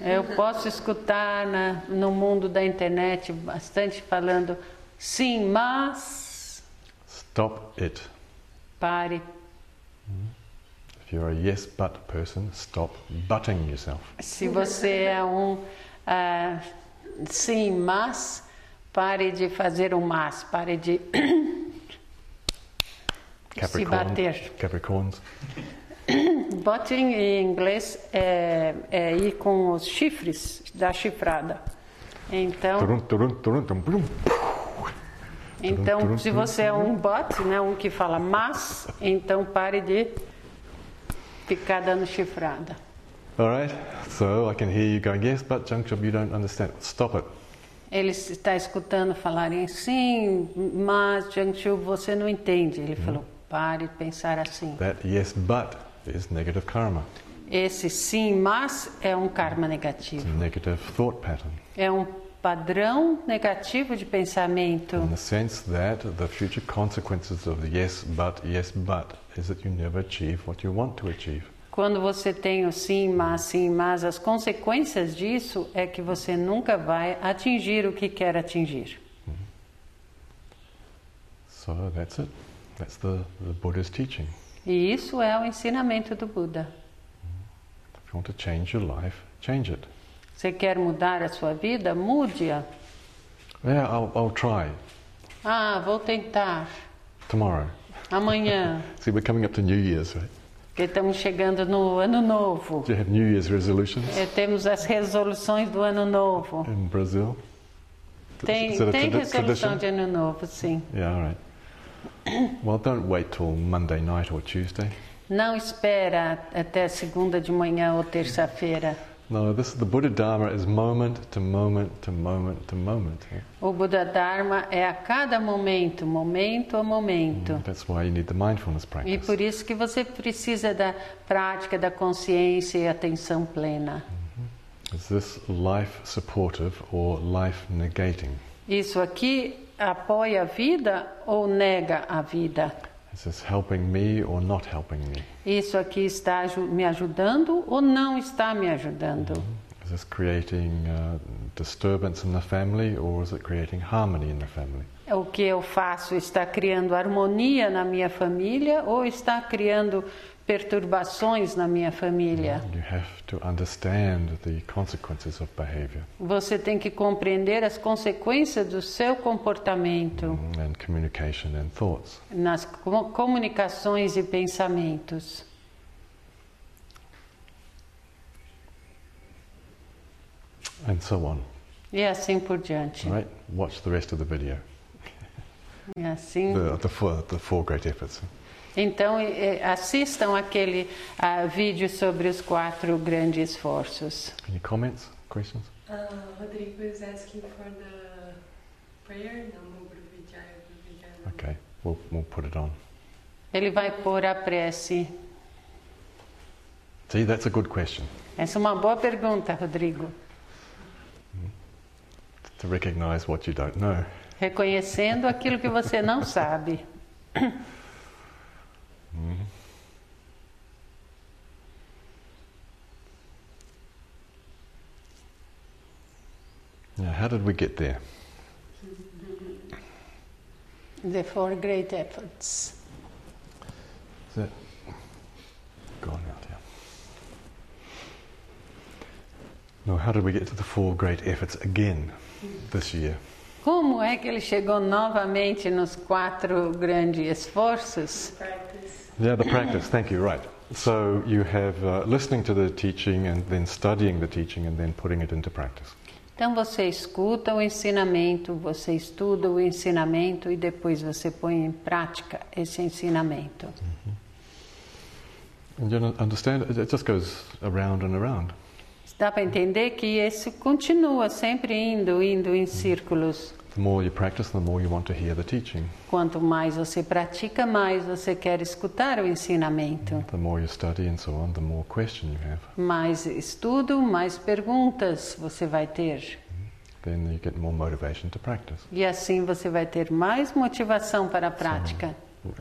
B: Eu posso escutar na- no mundo da internet bastante falando sim, mas
A: Stop it.
B: pare.
A: If you're a yes but person, stop butting yourself.
B: Se você é um ah, sim, mas pare de fazer o mas, pare de [coughs] se bater.
A: Capricorns.
B: Botting em inglês é, é ir com os chifres da chifrada. Então,
A: Turun, turun, turun, tum, brum.
B: Então, se você é um bot, né, um que fala mas, então pare de ficar dando chifrada.
A: All right, so I can hear you going, yes, but junk job, you don't understand. Stop it.
B: Ele está escutando falarem sim, mas Jiangchu, você não entende. Ele falou, pare de pensar assim.
A: That yes, but is negative karma.
B: Esse sim, mas é um
A: It's
B: karma
A: a
B: negativo.
A: negative thought pattern
B: É um padrão negativo de pensamento.
A: in the sense that the future consequences of the yes, but, yes, but is that you never achieve what you want to achieve.
B: Quando você tem o sim, mas, sim, mas, as consequências disso é que você nunca vai atingir o que quer atingir.
A: So that's it. That's the, the Buddha's teaching.
B: E isso é o ensinamento do Buda.
A: If you want to change your life, change it.
B: Você quer mudar a sua vida? Mude-a.
A: Yeah, I'll, I'll try
B: Ah, vou tentar.
A: tomorrow.
B: Amanhã,
A: See, we're coming up to New Year's, right?
B: porque estamos chegando no ano novo.
A: Do you have New Year's resolutions
B: É, temos as resoluções do ano novo.
A: in Brazil?
B: Tem,
A: Is it a
B: tem
A: tradi-
B: resolução de ano novo, sim.
A: Yeah, all right. Well, don't wait till Monday night or Tuesday.
B: Não espera até segunda de manhã ou terça-feira.
A: No, this the Buddha Dharma is moment to moment to moment to moment. yeah?
B: O Buda Dharma é a cada momento, momento a momento.
A: That's why you need the mindfulness
B: E
A: practice.
B: por isso que você precisa da prática da consciência e atenção plena.
A: Is this life supportive or life negating?
B: Isso aqui apoia a vida ou nega a vida?
A: Is this helping me or not helping me?
B: Isso aqui está aju- me ajudando ou não está me ajudando?
A: Is this creating uh, disturbance in the family or is it creating harmony in the family?
B: É O que eu faço está criando harmonia na minha família ou está criando perturbações na minha família?
A: You have to understand the consequences of behavior
B: Você tem que compreender as consequências do seu comportamento
A: and communication and thoughts.
B: nas co- comunicações e pensamentos.
A: and so on.
B: E assim por diante.
A: All right, watch the rest of the video.
B: E assim.
A: The, the, four, the four great efforts.
B: Então, eh, eh, assistam aquele ah, vídeo sobre os quatro grandes esforços.
A: Any comments, questions?
C: Uh, Rodrigo is asking for the prayer, Namo Guru Vijaya Guru Vijaya. Namo.
A: Okay, we'll, we'll put it on.
B: Ele vai pôr a prece.
A: See, that's a good question
B: Essa é uma boa pergunta, Rodrigo.
A: to recognize what you don't know.
B: Reconhecendo aquilo que você não sabe.
A: Now, how did we get there?
B: The four great efforts.
A: Is it gone out here? No, how did we get to the four great efforts again this year?
B: Como é que ele chegou novamente nos quatro grandes esforços?
C: Practice.
A: Yeah, the practice. Thank you. Right. So you have uh, listening to the teaching and then studying the teaching and then putting it into practice.
B: Então você escuta o ensinamento, você estuda o ensinamento e depois você põe em prática esse ensinamento.
A: And you don't understand it it just goes around and around.
B: Dá para entender que isso continua sempre indo, indo em círculos.
A: The more you practice, the more you want to hear the teaching.
B: Quanto mais você pratica, mais você quer escutar o ensinamento.
A: The more you study and so on, the more question you have.
B: Mais estudo, mais perguntas você vai ter.
A: Then you get more motivation to practice.
B: E assim você vai ter mais motivação para a prática.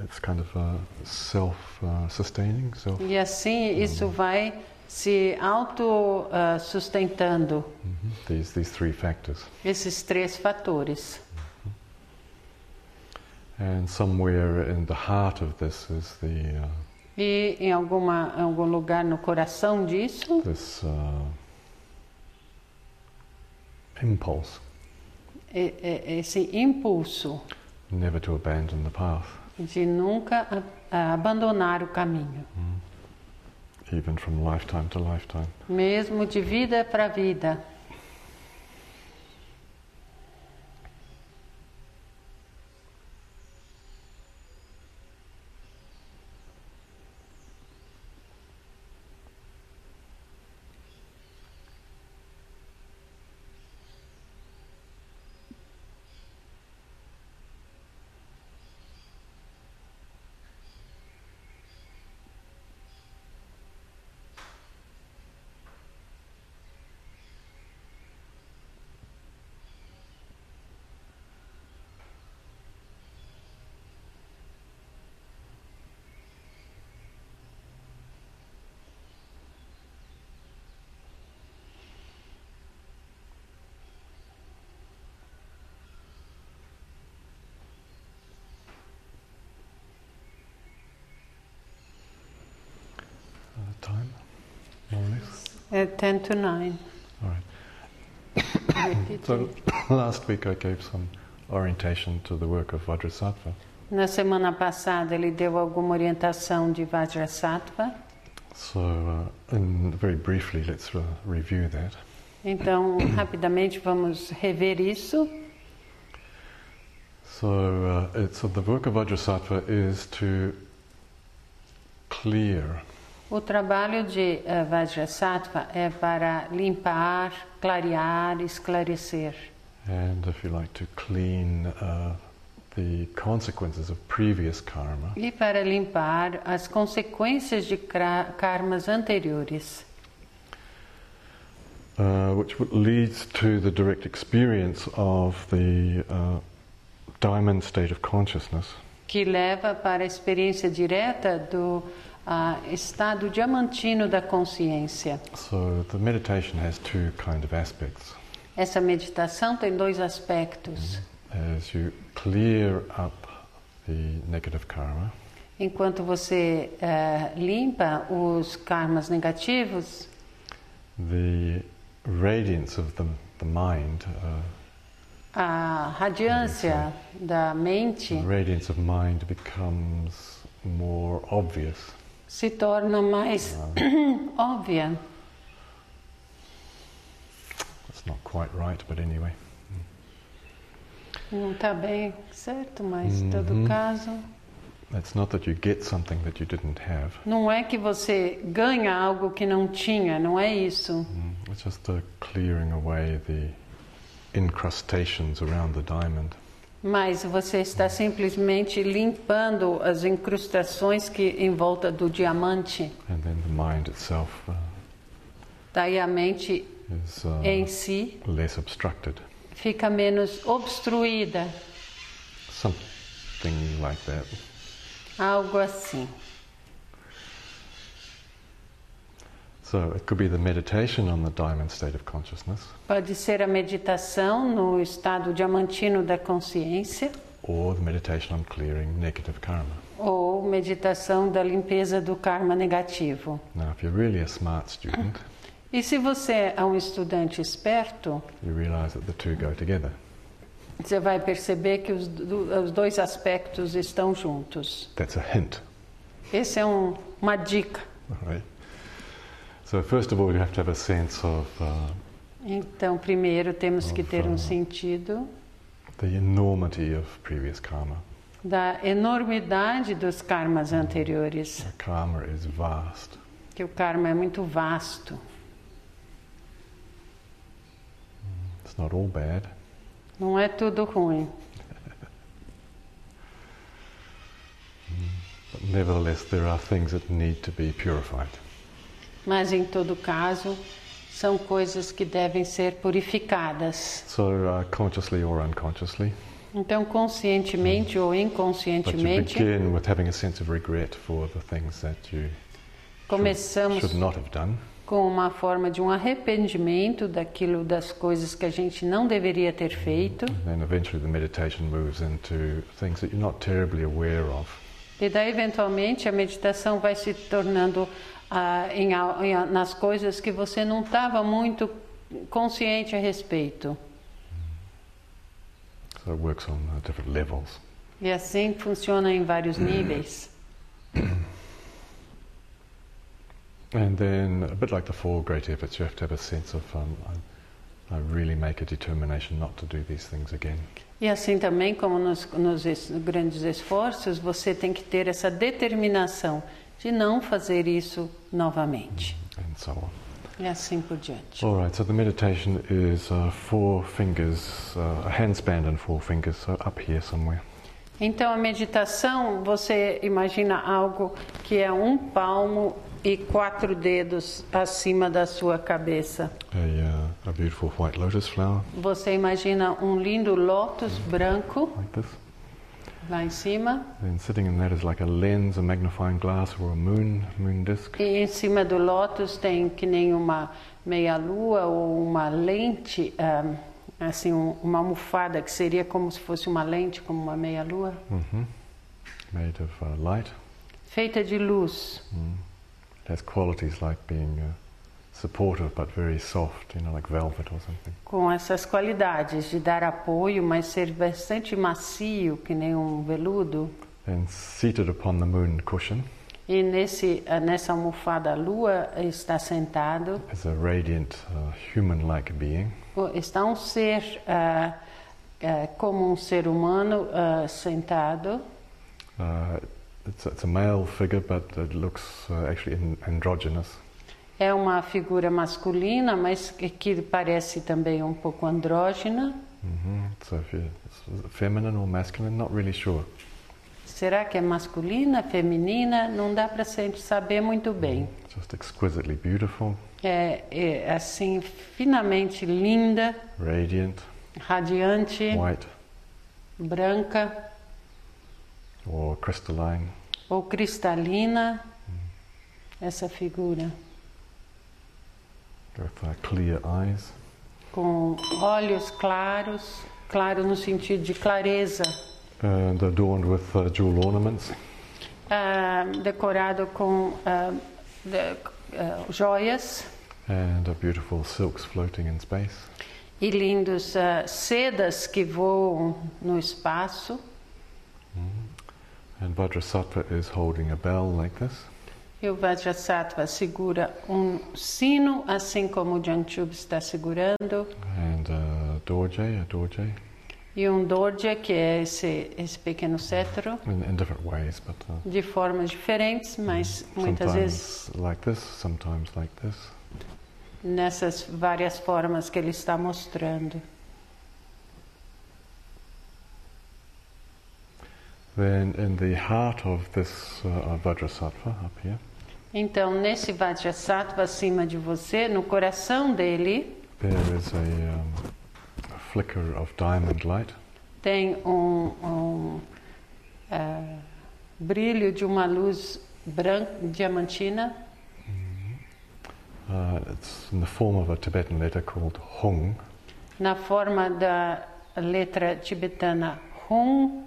A: It's kind of uh, self-sustaining, self.
B: E assim isso vai se ah, auto-sustentando.
A: These these three factors.
B: Esses três fatores.
A: And somewhere in the heart of this is the uh,
B: E em alguma, algum lugar no coração disso,
A: this uh, impulse
B: e- e- esse impulso
A: never to abandon the path,
B: de nunca a- a abandonar o caminho,
A: even from lifetime to lifetime.
B: mesmo de vida para vida.
A: Uh, time, more or less.
B: É 10 to 9.
A: All right. So [coughs] last week I gave some orientation to the work of Vajrasattva.
B: Na semana passada ele deu alguma orientação de Vajrasattva.
A: So, uh, in very briefly, let's uh, review that.
B: Então, rapidamente vamos rever isso.
A: So, uh, it's, so the work of Vajrasattva is to clear
B: O trabalho de eh, Vajrasattva é para limpar, clarear, esclarecer.
A: and, if you like, to clean uh, the consequences of previous karma
B: E para limpar as consequências de cra- karmas anteriores,
A: uh, which w- leads to the direct experience of the uh, diamond state of consciousness,
B: que leva para a experiência direta do ah, estado diamantino da consciência.
A: So the meditation has two kind of aspects.
B: Essa meditação tem dois aspectos.
A: As you clear up the negative karma,
B: Enquanto você eh, limpa os karmas negativos,
A: the radiance of the, the mind, uh,
B: a radiância da mente
A: the radiance of mind becomes more obvious. Uh,
B: se torna mais óbvia.
A: That's not quite right, but anyway.
B: Não está tá bem certo, mas em
A: Uhum.
B: todo caso.
A: It's not that you get something that you didn't have.
B: Não é que você ganha algo que não tinha, não é isso.
A: Mm, It's just uh, clearing away the incrustations around the diamond.
B: Mas você está simplesmente limpando as incrustações que em volta do diamante.
A: And then the mind itself uh,
B: Daí a mente
A: is uh,
B: em si
A: less obstructed.
B: fica menos obstruída,
A: Something like that.
B: algo assim.
A: So it could be the meditation on the diamond state of consciousness,
B: Pode ser a meditação no estado diamantino da consciência
A: or the meditation on clearing negative karma.
B: ou meditação da limpeza do karma negativo.
A: Now, if you're really a smart student,
B: E se você é um estudante esperto,
A: you realize that the two go together.
B: você vai perceber que os, do- os dois aspectos estão juntos.
A: That's a hint,
B: Essa é um, uma dica.
A: all right? So first of all, you have to have a sense of uh,
B: Então, primeiro temos que ter um sentido
A: the enormity of previous karma.
B: da enormidade dos karmas anteriores,
A: Karma is vast.
B: que o karma é muito vasto.
A: It's not all bad.
B: Não é tudo ruim,
A: But nevertheless, there are things that need to be purified.
B: mas em todo caso são coisas que devem ser purificadas.
A: So, uh, consciously or unconsciously,
B: Então, conscientemente ou
A: but you
B: inconscientemente,
A: begin with having a sense of regret for the things that you
B: começamos
A: should not have done.
B: com uma forma de um arrependimento daquilo das coisas que a gente não deveria ter feito.
A: And then eventually, the meditation moves into things that you're not terribly aware of.
B: E daí, eventualmente, a meditação vai se tornando ah, em al- em a- nas coisas que você não estava muito consciente a respeito.
A: So, it works on uh, different levels.
B: E assim funciona em vários níveis.
A: And then, a bit like the four great efforts, you have to have a sense of um, I, I really make a determination not to do these things again.
B: E assim também, como nos, nos es- grandes esforços, você tem que ter essa determinação de não fazer isso novamente.
A: and so on.
B: E assim por diante.
A: All right, so the meditation is uh, four fingers, uh, a handspand and four fingers, so up here somewhere.
B: Então, a meditação, você imagina algo que é um palmo e quatro dedos acima da sua cabeça.
A: A, uh, a beautiful white lotus flower,
B: Você imagina um lindo lótus branco
A: like this.
B: lá em cima,
A: Then sitting in that is like a lens, a magnifying glass, or a moon, moon disc.
B: e em cima do lótus tem que nem uma meia-lua ou uma lente, ah, assim, um- uma almofada, que seria como se fosse uma lente, como uma meia-lua,
A: hmm Made of uh, light.
B: feita de luz.
A: It has qualities like being uh, supportive but very soft, you know, like velvet or something.
B: com essas qualidades de dar apoio, mas ser bastante macio, que nem um veludo.
A: And seated upon the moon cushion
B: E nesse, eh, nessa almofada a lua está sentado,
A: is a radiant uh, human like being.
B: o- está um ser ah, eh, como um ser humano ah, sentado.
A: Uh, it's, it's a male figure, but it looks uh, actually an- androgynous.
B: É uma figura masculina, mas que- que parece também um pouco andrógena.
A: hmm So if you, is it feminine or masculine, not really sure.
B: Será que é masculina, feminina? Não dá para saber muito bem.
A: Just exquisitely beautiful,
B: É, é assim, finamente linda.
A: radiant,
B: radiante,
A: white,
B: branca
A: or crystalline.
B: ou cristalina essa figura
A: With uh, clear eyes,
B: com olhos claros, claro no sentido de clareza,
A: and adorned with uh, jewel ornaments,
B: ah, decorado com ah, de- ah, joias
A: and uh, beautiful silks floating in space,
B: e lindos ah, sedas que voam no espaço.
A: and Vajrasattva is holding a bell like this,
B: E o Vajrasattva segura um sino, assim como o Janchub está segurando.
A: and uh, Dorje, a Dorje,
B: E um dorje, que é esse, esse pequeno cetro,
A: in, in different ways, but uh,
B: de formas diferentes, mas muitas vezes
A: sometimes like this, sometimes like this.
B: nessas várias formas que ele está mostrando.
A: Then in the heart of this uh, uh, Vajrasattva up here,
B: Então, nesse Vajrasattva acima de você, no coração dele,
A: there is a, um, a flicker of diamond light.
B: tem um, um, ah, brilho de uma luz branca, diamantina,
A: Uh, it's in the form of a Tibetan letter called Hung,
B: na forma da letra tibetana Hum,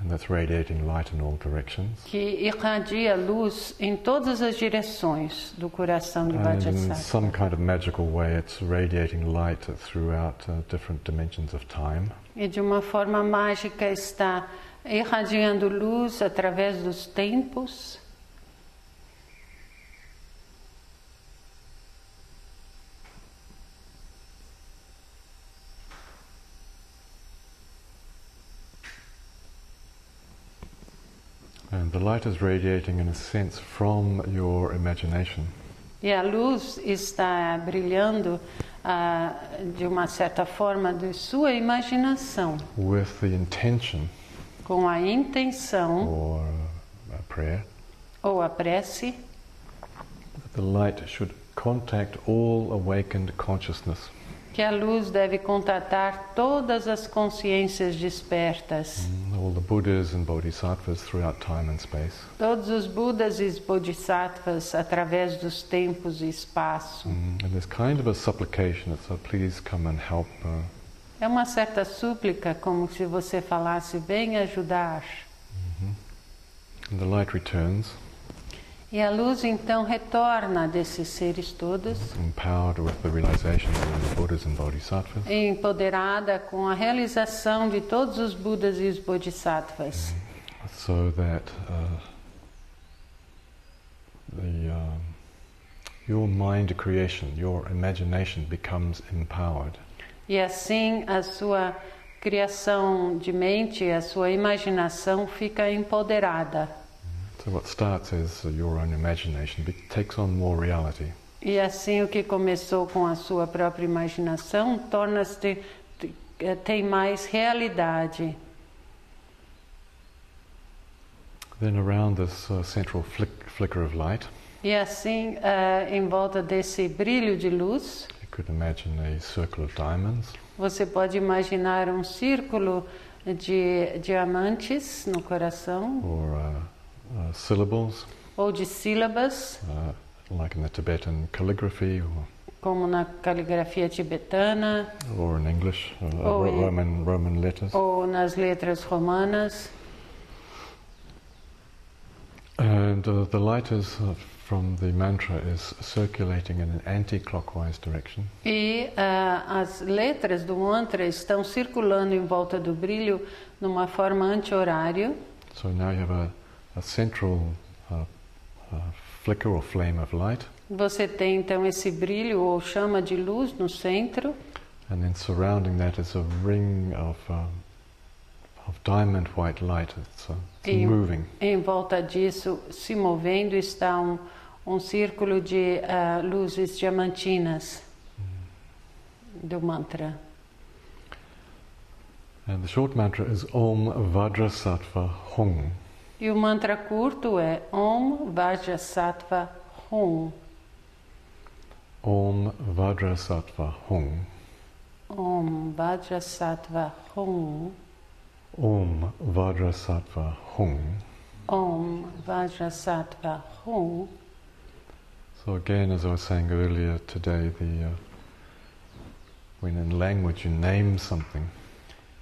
A: and that's radiating light in all directions.
B: que irradia luz em todas as direções do coração de
A: And in
B: Vajrasattva.
A: some kind of magical way, it's radiating light throughout uh, different dimensions of time.
B: E de uma forma mágica está irradiando luz através dos tempos.
A: And the light is radiating, in a sense, from your imagination.
B: E a luz está brilhando ah, de uma certa forma de sua imaginação,
A: with the intention
B: com a intenção
A: or uh, a prayer
B: ou a prece
A: that the light should contact all awakened consciousness.
B: que a luz deve contatar todas as consciências despertas,
A: mm, All the Buddhas and Bodhisattvas throughout time and space.
B: todos os Budas e Bodhisattvas através dos tempos e espaço.
A: Mm, And there's kind of a supplication that so please come and help. Uh,
B: É uma certa súplica, como se você falasse: "Vem ajudar".
A: and the light returns,
B: E a luz então retorna desses seres todos.
A: empowered with the realization of all the Buddhas and Bodhisattvas.
B: empoderada com a realização de todos os Budas e os Bodhisattvas,
A: so that uh, the um, your mind creation, your imagination becomes empowered.
B: e assim a sua criação de mente, a sua imaginação fica empoderada.
A: So what starts as your own imagination be- takes on more reality,
B: E assim o que começou com a sua própria imaginação torna-se te- eh, tem mais realidade.
A: then around this uh, central flick, flicker of light,
B: E assim, eh, em volta desse brilho de luz,
A: you could imagine a circle of diamonds,
B: você pode imaginar um círculo de diamantes no coração
A: or uh, uh, syllables,
B: ou de sílabas,
A: uh, like in the Tibetan calligraphy, or,
B: como na caligrafia tibetana
A: or in English, or, uh,
B: Oh,
A: Ro-
B: yeah.
A: Roman Roman letters.
B: ou nas letras romanas.
A: And uh, the light is uh, from the mantra is circulating in an anti-clockwise direction,
B: E ah, as letras do mantra estão circulando em volta do brilho numa forma anti-horário.
A: so now you have a, a central uh, uh, flicker or flame of light.
B: Você tem então esse brilho ou chama de luz no centro,
A: And then surrounding that is a ring of, um, of diamond white light. It's, uh, it's
B: Ew.
A: moving.
B: em volta disso se movendo está um, um círculo de ah, luzes diamantinas do mantra.
A: And the short mantra is Om Vajrasattva Hung.
B: E o mantra curto é Om Vajrasattva Hum.
A: Om Vajrasattva Hung.
B: Om Vajrasattva Hum.
A: Om Vajrasattva Hung.
B: Om Vajrasattva Hum.
A: So again, as I was saying earlier today, the uh, when in language you name something,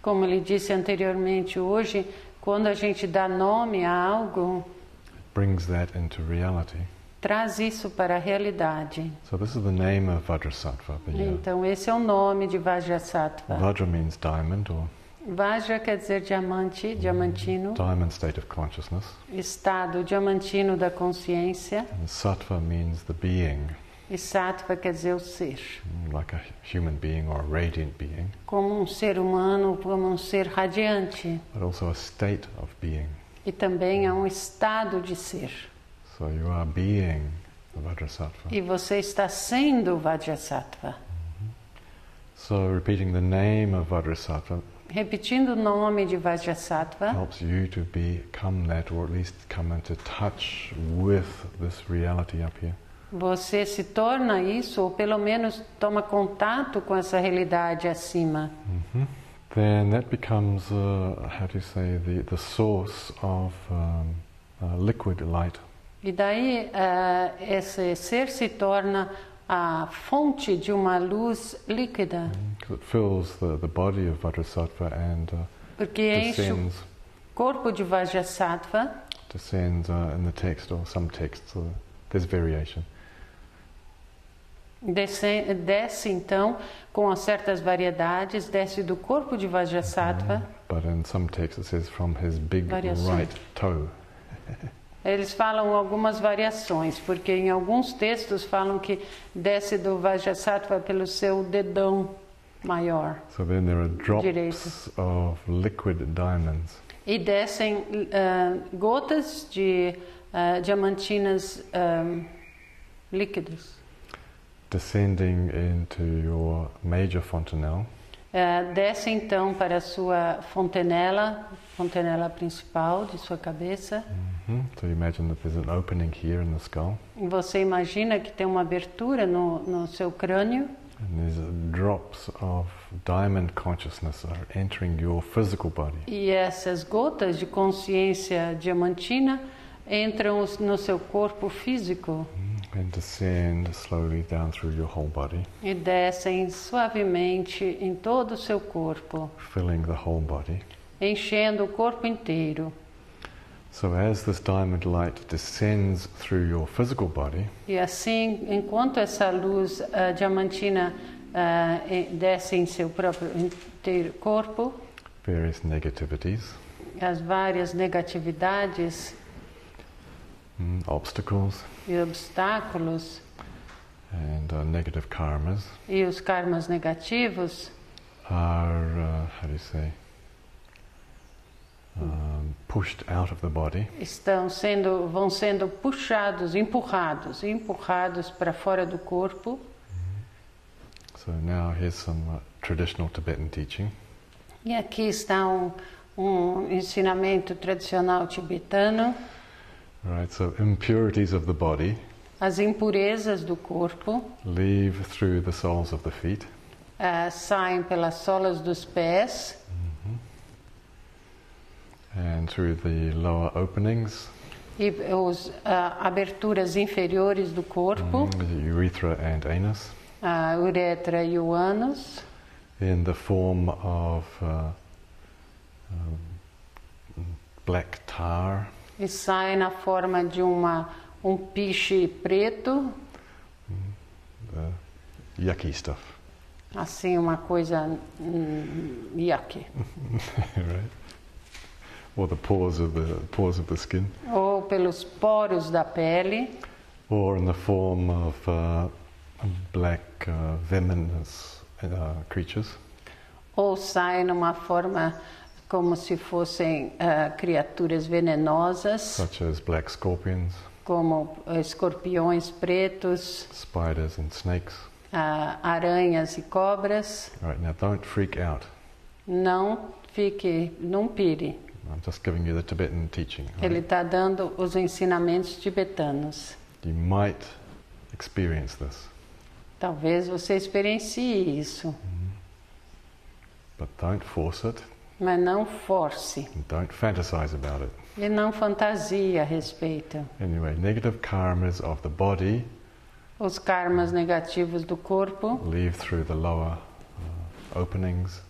B: Como ele disse anteriormente hoje, quando a gente dá nome a algo,
A: it brings that into reality.
B: traz isso para a realidade.
A: So this is the name of Vajrasattva. The,
B: Então, esse é o nome de
A: uh,
B: Vajrasattva.
A: Vajra means diamond or
B: Vajra quer dizer diamante, diamantino,
A: diamond state of consciousness.
B: estado diamantino da consciência.
A: And sattva means the being.
B: E sattva quer dizer o ser.
A: mm, like a human being or a radiant being,
B: Como um ser humano, como um ser radiante.
A: but also a state of being.
B: E também é um estado de ser.
A: So you are being the Vajrasattva.
B: E você está sendo o Vajrasattva.
A: So repeating the name of Vajrasattva
B: Repetindo o nome de Vajrasattva,
A: helps you to become that, or at least come into touch with this reality up here.
B: você se torna isso, ou pelo menos toma contato com essa realidade acima.
A: Then that becomes, uh, how do you say, the, the source of um, uh, liquid light.
B: E daí eh, esse ser se torna a fonte de uma luz líquida,
A: 'Cause it fills the, the body of Vajrasattva and uh,
B: porque enche o
A: descends,
B: corpo de Vajrasattva,
A: descends uh, in the text or some texts. Uh, there's variation.
B: desce, desce então com certas variedades, desce do corpo de Vajrasattva.
A: But in some texts it says from his big
B: Variação.
A: right toe.
B: Eles falam algumas variações, porque em alguns textos falam que desce do Vajrasattva pelo seu dedão maior.
A: So then there are drops
B: Direito.
A: of liquid diamonds.
B: E descem eh, gotas de eh, diamantinas eh, líquidas.
A: descending into your major fontanelle,
B: Eh, desce então para a sua fontenela, fontenela principal de sua cabeça.
A: Mm-hmm. so you imagine that there's an opening here in the skull,
B: E Você imagina que tem uma abertura no, no seu crânio
A: and these drops of diamond consciousness are entering your physical body.
B: E essas gotas de consciência diamantina entram os- no seu corpo físico
A: And descend slowly down through your whole body,
B: e descem suavemente em todo o seu corpo,
A: filling the whole body.
B: enchendo o corpo inteiro.
A: So, as this diamond light descends through your physical body,
B: E assim, enquanto essa luz ah, diamantina ah, e- desce em seu próprio inteiro corpo,
A: various negativities,
B: as várias negatividades
A: mm, obstacles,
B: e obstáculos
A: and uh, negative karmas
B: e os karmas negativos
A: are, uh, how do you say, um, pushed out of the body.
B: estão sendo vão sendo puxados, empurrados, empurrados para fora do corpo.
A: So now here's some uh, traditional Tibetan teaching.
B: E aqui está um, um ensinamento tradicional tibetano,
A: All right, so impurities of the body
B: as impurezas do corpo
A: leave through the soles of the feet.
B: eh, saem pelas solas dos pés
A: And through the lower openings,
B: e os ah, aberturas inferiores do corpo,
A: mm, the urethra and anus,
B: a uretra e o ânus,
A: in the form of uh, um, black tar,
B: e saem na forma de uma um piche preto,
A: the yucky stuff,
B: assim uma coisa hum, yucky.
A: [laughs] right? Or the pores of the pores of the skin,
B: ou pelos poros da pele,
A: or in the form of uh, black uh, venomous uh, creatures.
B: ou saem numa forma como se fossem ah, criaturas venenosas,
A: such as black scorpions,
B: como ah, escorpiões pretos,
A: spiders, and snakes.
B: ah, aranhas e cobras.
A: All right, now don't freak out.
B: Não fique, não pire.
A: I'm just giving you the Tibetan teaching. all
B: Ele
A: right?
B: está dando os ensinamentos tibetanos.
A: You might experience this,
B: Talvez você experiencie isso,
A: but don't force it
B: mas não force
A: and don't fantasize about it.
B: e não fantasia a respeito.
A: Anyway, negative karmas of the body
B: Os karmas negativos do corpo
A: leave through the lower uh, openings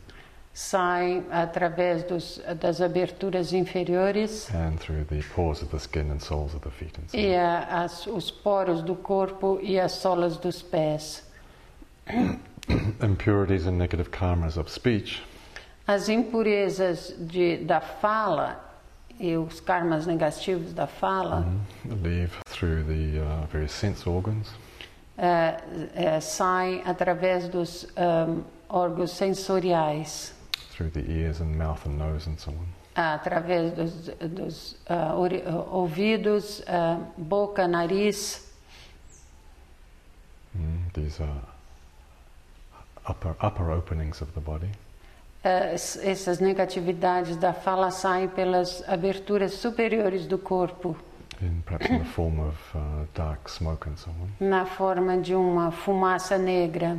B: saem através dos, das aberturas inferiores
A: and through the pores of the skin and soles of the feet and so
B: e
A: on.
B: a, as, os poros do corpo e as solas dos pés.
A: Impurities and negative karmas of speech
B: As impurezas de, da fala e os
A: Uhum. mm,
B: karmas negativos da fala
A: leave through the uh, various sense organs
B: eh, eh, saem através dos ahm, órgãos sensoriais,
A: through the ears and mouth and nose and so on.
B: através dos, dos, ah, ori- ah, ouvidos, ah, boca, nariz.
A: Mm, these are upper, upper openings of the body.
B: Eh, es- essas negatividades da fala saem pelas aberturas superiores do corpo,
A: in perhaps in the form of uh, dark smoke and so on.
B: na forma de uma fumaça negra.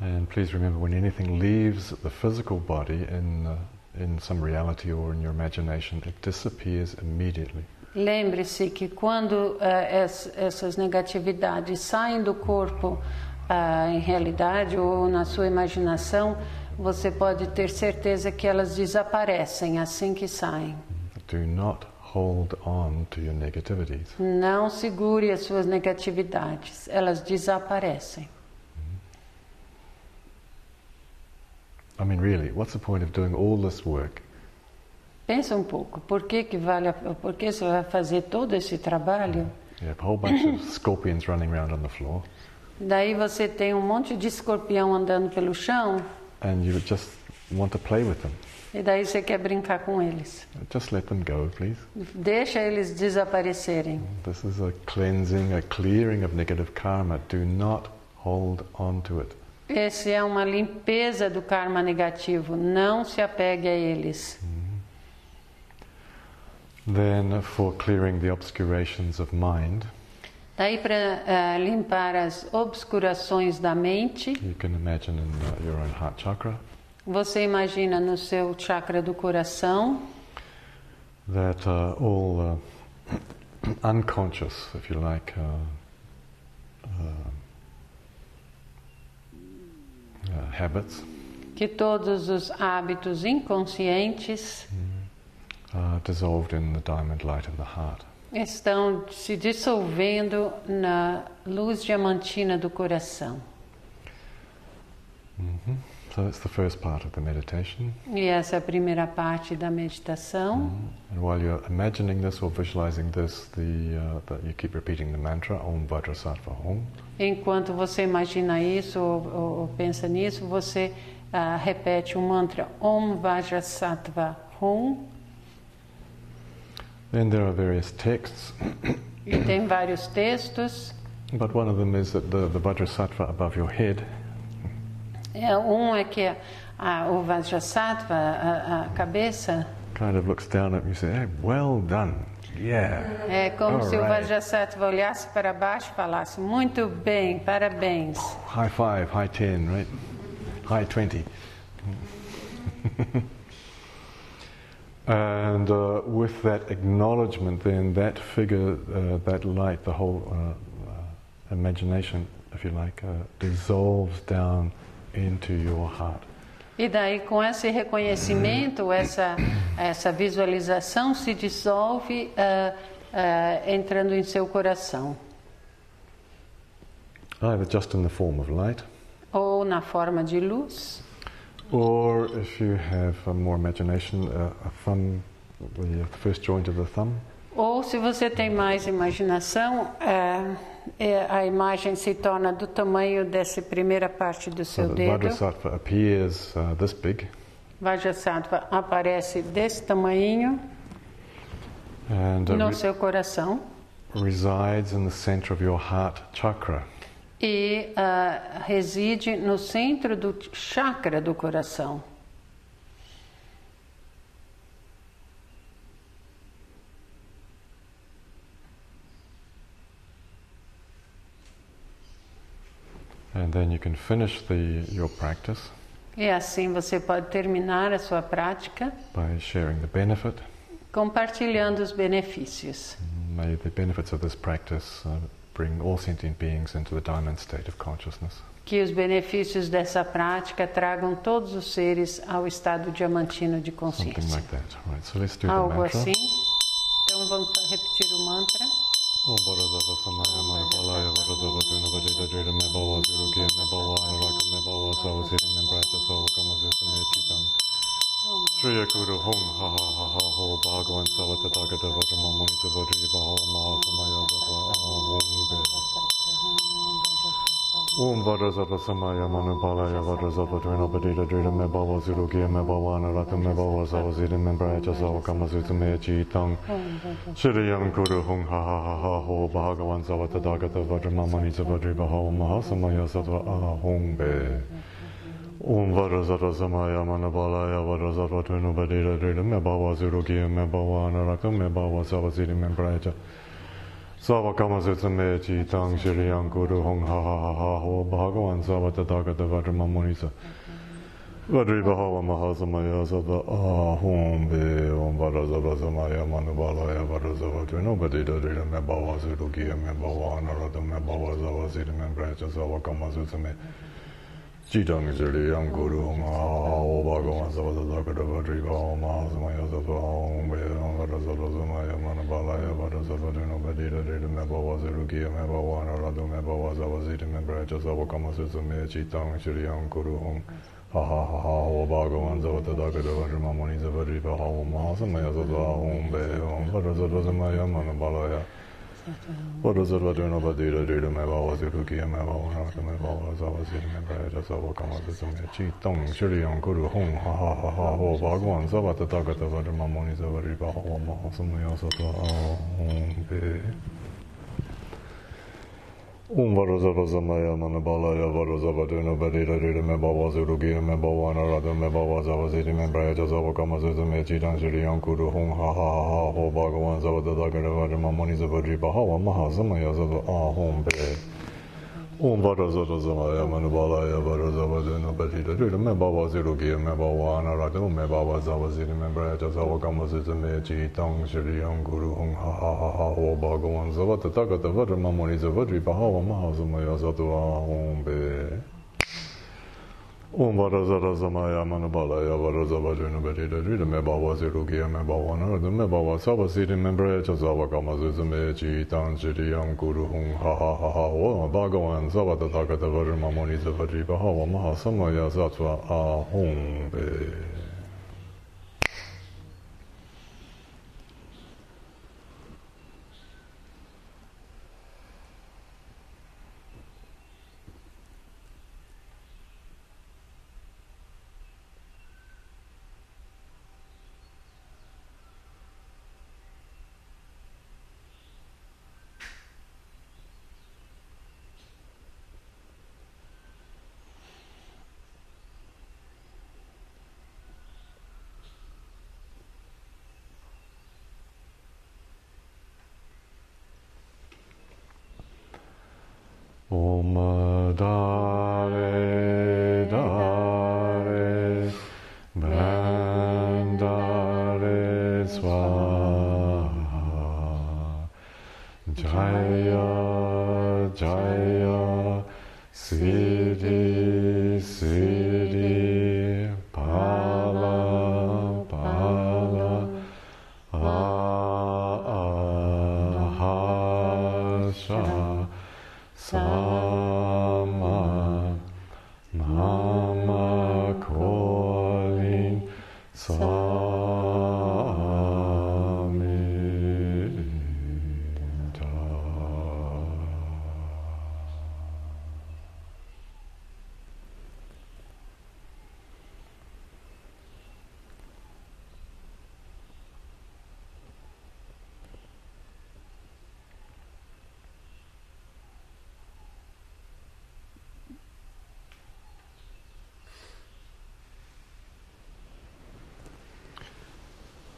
A: And please remember, when anything leaves the physical body in uh, in some reality or in your imagination, it disappears immediately.
B: Lembre-se que quando eh, es- essas negatividades saem do corpo ah, em realidade ou na sua imaginação, você pode ter certeza que elas desaparecem assim que saem.
A: Do not hold on to your negativities.
B: Não segure as suas negatividades, elas desaparecem.
A: I mean, really, what's the point of doing all this work
B: Pensa um pouco, por que, que vale a, por que você vai fazer todo esse trabalho?
A: You have a whole bunch of scorpions running around on the floor,
B: Daí você tem um monte de escorpião andando pelo chão
A: and you just want to play with them.
B: e daí você quer brincar com eles.
A: Just let them go, please.
B: Deixa eles desaparecerem.
A: This is a cleansing, a clearing of negative karma. Do not hold on to it.
B: Esse é uma limpeza do karma negativo. Não se apegue a eles.
A: Then, for clearing the obscurations of mind,
B: Daí para eh, limpar as obscurações da mente,
A: you can imagine in uh, your own heart chakra
B: você imagina no seu chakra do coração
A: that uh, all uh, [clears throat] unconscious, if you like, uh, uh, uh, habits
B: que todos os hábitos inconscientes
A: are dissolved in the diamond light of the heart.
B: estão se dissolvendo na luz diamantina do coração.
A: hmm So that's the first part of the meditation.
B: E essa é a primeira parte da meditação.
A: And while you're imagining this or visualizing this, the, uh, that you keep repeating the mantra Om Vajrasattva Om.
B: Enquanto você imagina isso ou, ou- ou pensa nisso, você ah, repete o mantra Om Vajrasattva Hum.
A: Then there are various texts,
B: E tem vários textos.
A: but one of them is that the, the Vajrasattva above your head
B: É, um é que ah, o Vajrasattva, a, a cabeça,
A: kind of looks down at you and says, hey, well done, yeah.
B: é como se o
A: Alright.
B: Vajrasattva olhasse para baixo e falasse Muito bem, parabéns.
A: High five, high ten, right? High twenty. [laughs] and uh, with that acknowledgement, then that figure, uh, that light, the whole uh, uh, imagination, if you like, uh, dissolves down into your heart.
B: E daí, com esse reconhecimento, essa, essa visualização se dissolve ah, ah, entrando em seu coração.
A: Either just in the form of light,
B: ou na forma de luz,
A: or if you have uh, more imagination, uh, a thumb, the first joint of the thumb,
B: ou se você tem mais imaginação, é, é, a imagem se torna do tamanho dessa primeira parte do
A: So
B: seu
A: the
B: dedo.
A: Vajrasattva appears uh, this big,
B: Vajrasattva aparece desse tamanho
A: and uh,
B: no
A: re-
B: seu coração
A: resides in the center of your heart chakra.
B: e ah, reside no centro do chakra do coração.
A: And then you can finish the, your practice
B: E assim você pode terminar a sua prática
A: by sharing the benefit.
B: compartilhando os benefícios.
A: May the benefits of this practice uh, bring all sentient beings into the diamond state of consciousness.
B: Que os benefícios dessa prática tragam todos os seres ao estado diamantino de
A: Something
B: consciência.
A: like that. Right, so let's do the
B: Algo
A: mantra.
B: assim. Então vamos fa- repetir o mantra.
A: Om Bharadava Samaya Manabalaya Bharadava Drinavadita Drita Mebawa Durukia Mebawa Anuraka Mebawa Savasiri Membrata Savakama Visame Chitang Shri Yakuru Hong Ha Ha Ha Ha Ho Bhagavan Savatatagatava Ramamuni Savadri Baha Mahasamaya Zapa Ahom Be
B: Vajrasattva
A: Om Vajrasattva Samaya Manupalaya Vajrasattva Dvina Padita Drita Mebawa Surukiya Mebawa Naraka Mebawa Savasiri Membraja Savakama Sutume Chitang Shiriyam Guru Hung Ha Ha Ha Ha Ho Bhagavan Savatadagata Vajramamani Savadri Bahava Mahasamaya Sattva Ahong Be Om Vajrasattva Samaya Manupalaya Vajrasattva Dvina Padita Drita Mebawa Surukiya Mebawa Naraka Mebawa Savasiri Membraja Sava kama sutsame chi tang shiriyang guru hong ha ha ha ha ho bhagavan sava tathagata vajrama munisa. Vajri bhava mahasamaya sava ahom be om varasava samaya manubalaya varasava tvino padita dhira me bhava surukiya me bhava anarata me bhava sava siri me bracha sava kama sutsame chi tang shiriyang guru hong ha ha ha ho bhagavan sava tathagata vajri bhava mahasamaya sava ahom be om varasava samaya manubalaya varasava tvino Vedita Dita Mebawa Zerukiya Mebawa Narada Mebawa Zavazita Membraja Zavakama Susume Chitang Shiriyang Kuru Hong Ha Ha Ha Ha Ho Bhagavan Zavata Dagada Vajrama Muni Zavari Baha Om Mahasamaya Zava Om Be Om Vajrasattva Samaya Manabalaya Vajrasattva Dina Vedita Dita Mebawa Zerukiya Mebawa Narada Mebawa Zavazita Membraja Zavakama Susume Chitang Shiriyang Kuru Hong Ha Ha Ha Ha Ho Bhagavan Zavata Dagada Vajrama Muni Zavari Baha Om Mahasamaya Zava Om Be Om Varasava Samaya Manabalaya Varasava Dena Vedita Dita Mebawa Zurugiya Mebawa Narada Mebawa Zavasiti Membraya Jasava Kamasita Mechitan Shiriyam Kuru Hong Ha Ha Ha Ha Ho Bhagavan Zavata Dagara Vajama Muni Zavadri Bahava Maha Samaya Zava Ahom Be Om Varasava Samaya Manabalaya Varasava Dena Vedita Dita Mebawa Zurugiya Mebawa Narada Mebawa Zavasiti Membraya Jasava Kamasita Mechitan Shiriyam Kuru Hong Ha Ha Ha Ha Ho Bhagavan Zavata Dagata Vajama Muni Zavadri Bahava Maha Samaya Zatu Ahom Be Om Varasara Samaya Manabalaya Varasava Dena Vedita Dita Mebawa Zurugiya Mebawa Narada Mebawa Zavasiti Membraya Jasava Kamasita Mechitan Shiriyam Kuru Hong Ha Ha Ha Ha Ho Bhagavan Zavata Dagata Vajama Muni Zavadri Bahava Maha Samaya Zatu Ahom Be Om dare dare Brandare swaha Jaya Jaya Siddhi Siddhi Pala Pala Aha Sha Sama Mama calling Samita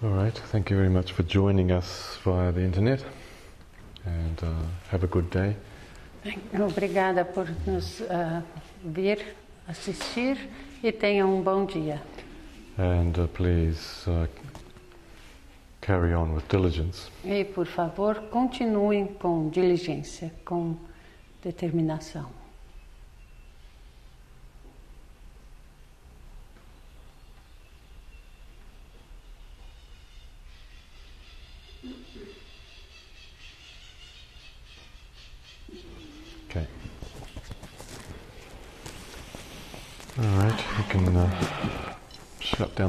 A: All right. Thank you very much for joining us via the internet, and uh, have a good day.
B: Obrigada por nos ah, vir assistir e tenha um bom dia.
A: And uh, please uh, carry on with diligence.
B: E, por favor, continuem com diligência, com determinação.
A: Okay. All right. You can uh, shut down.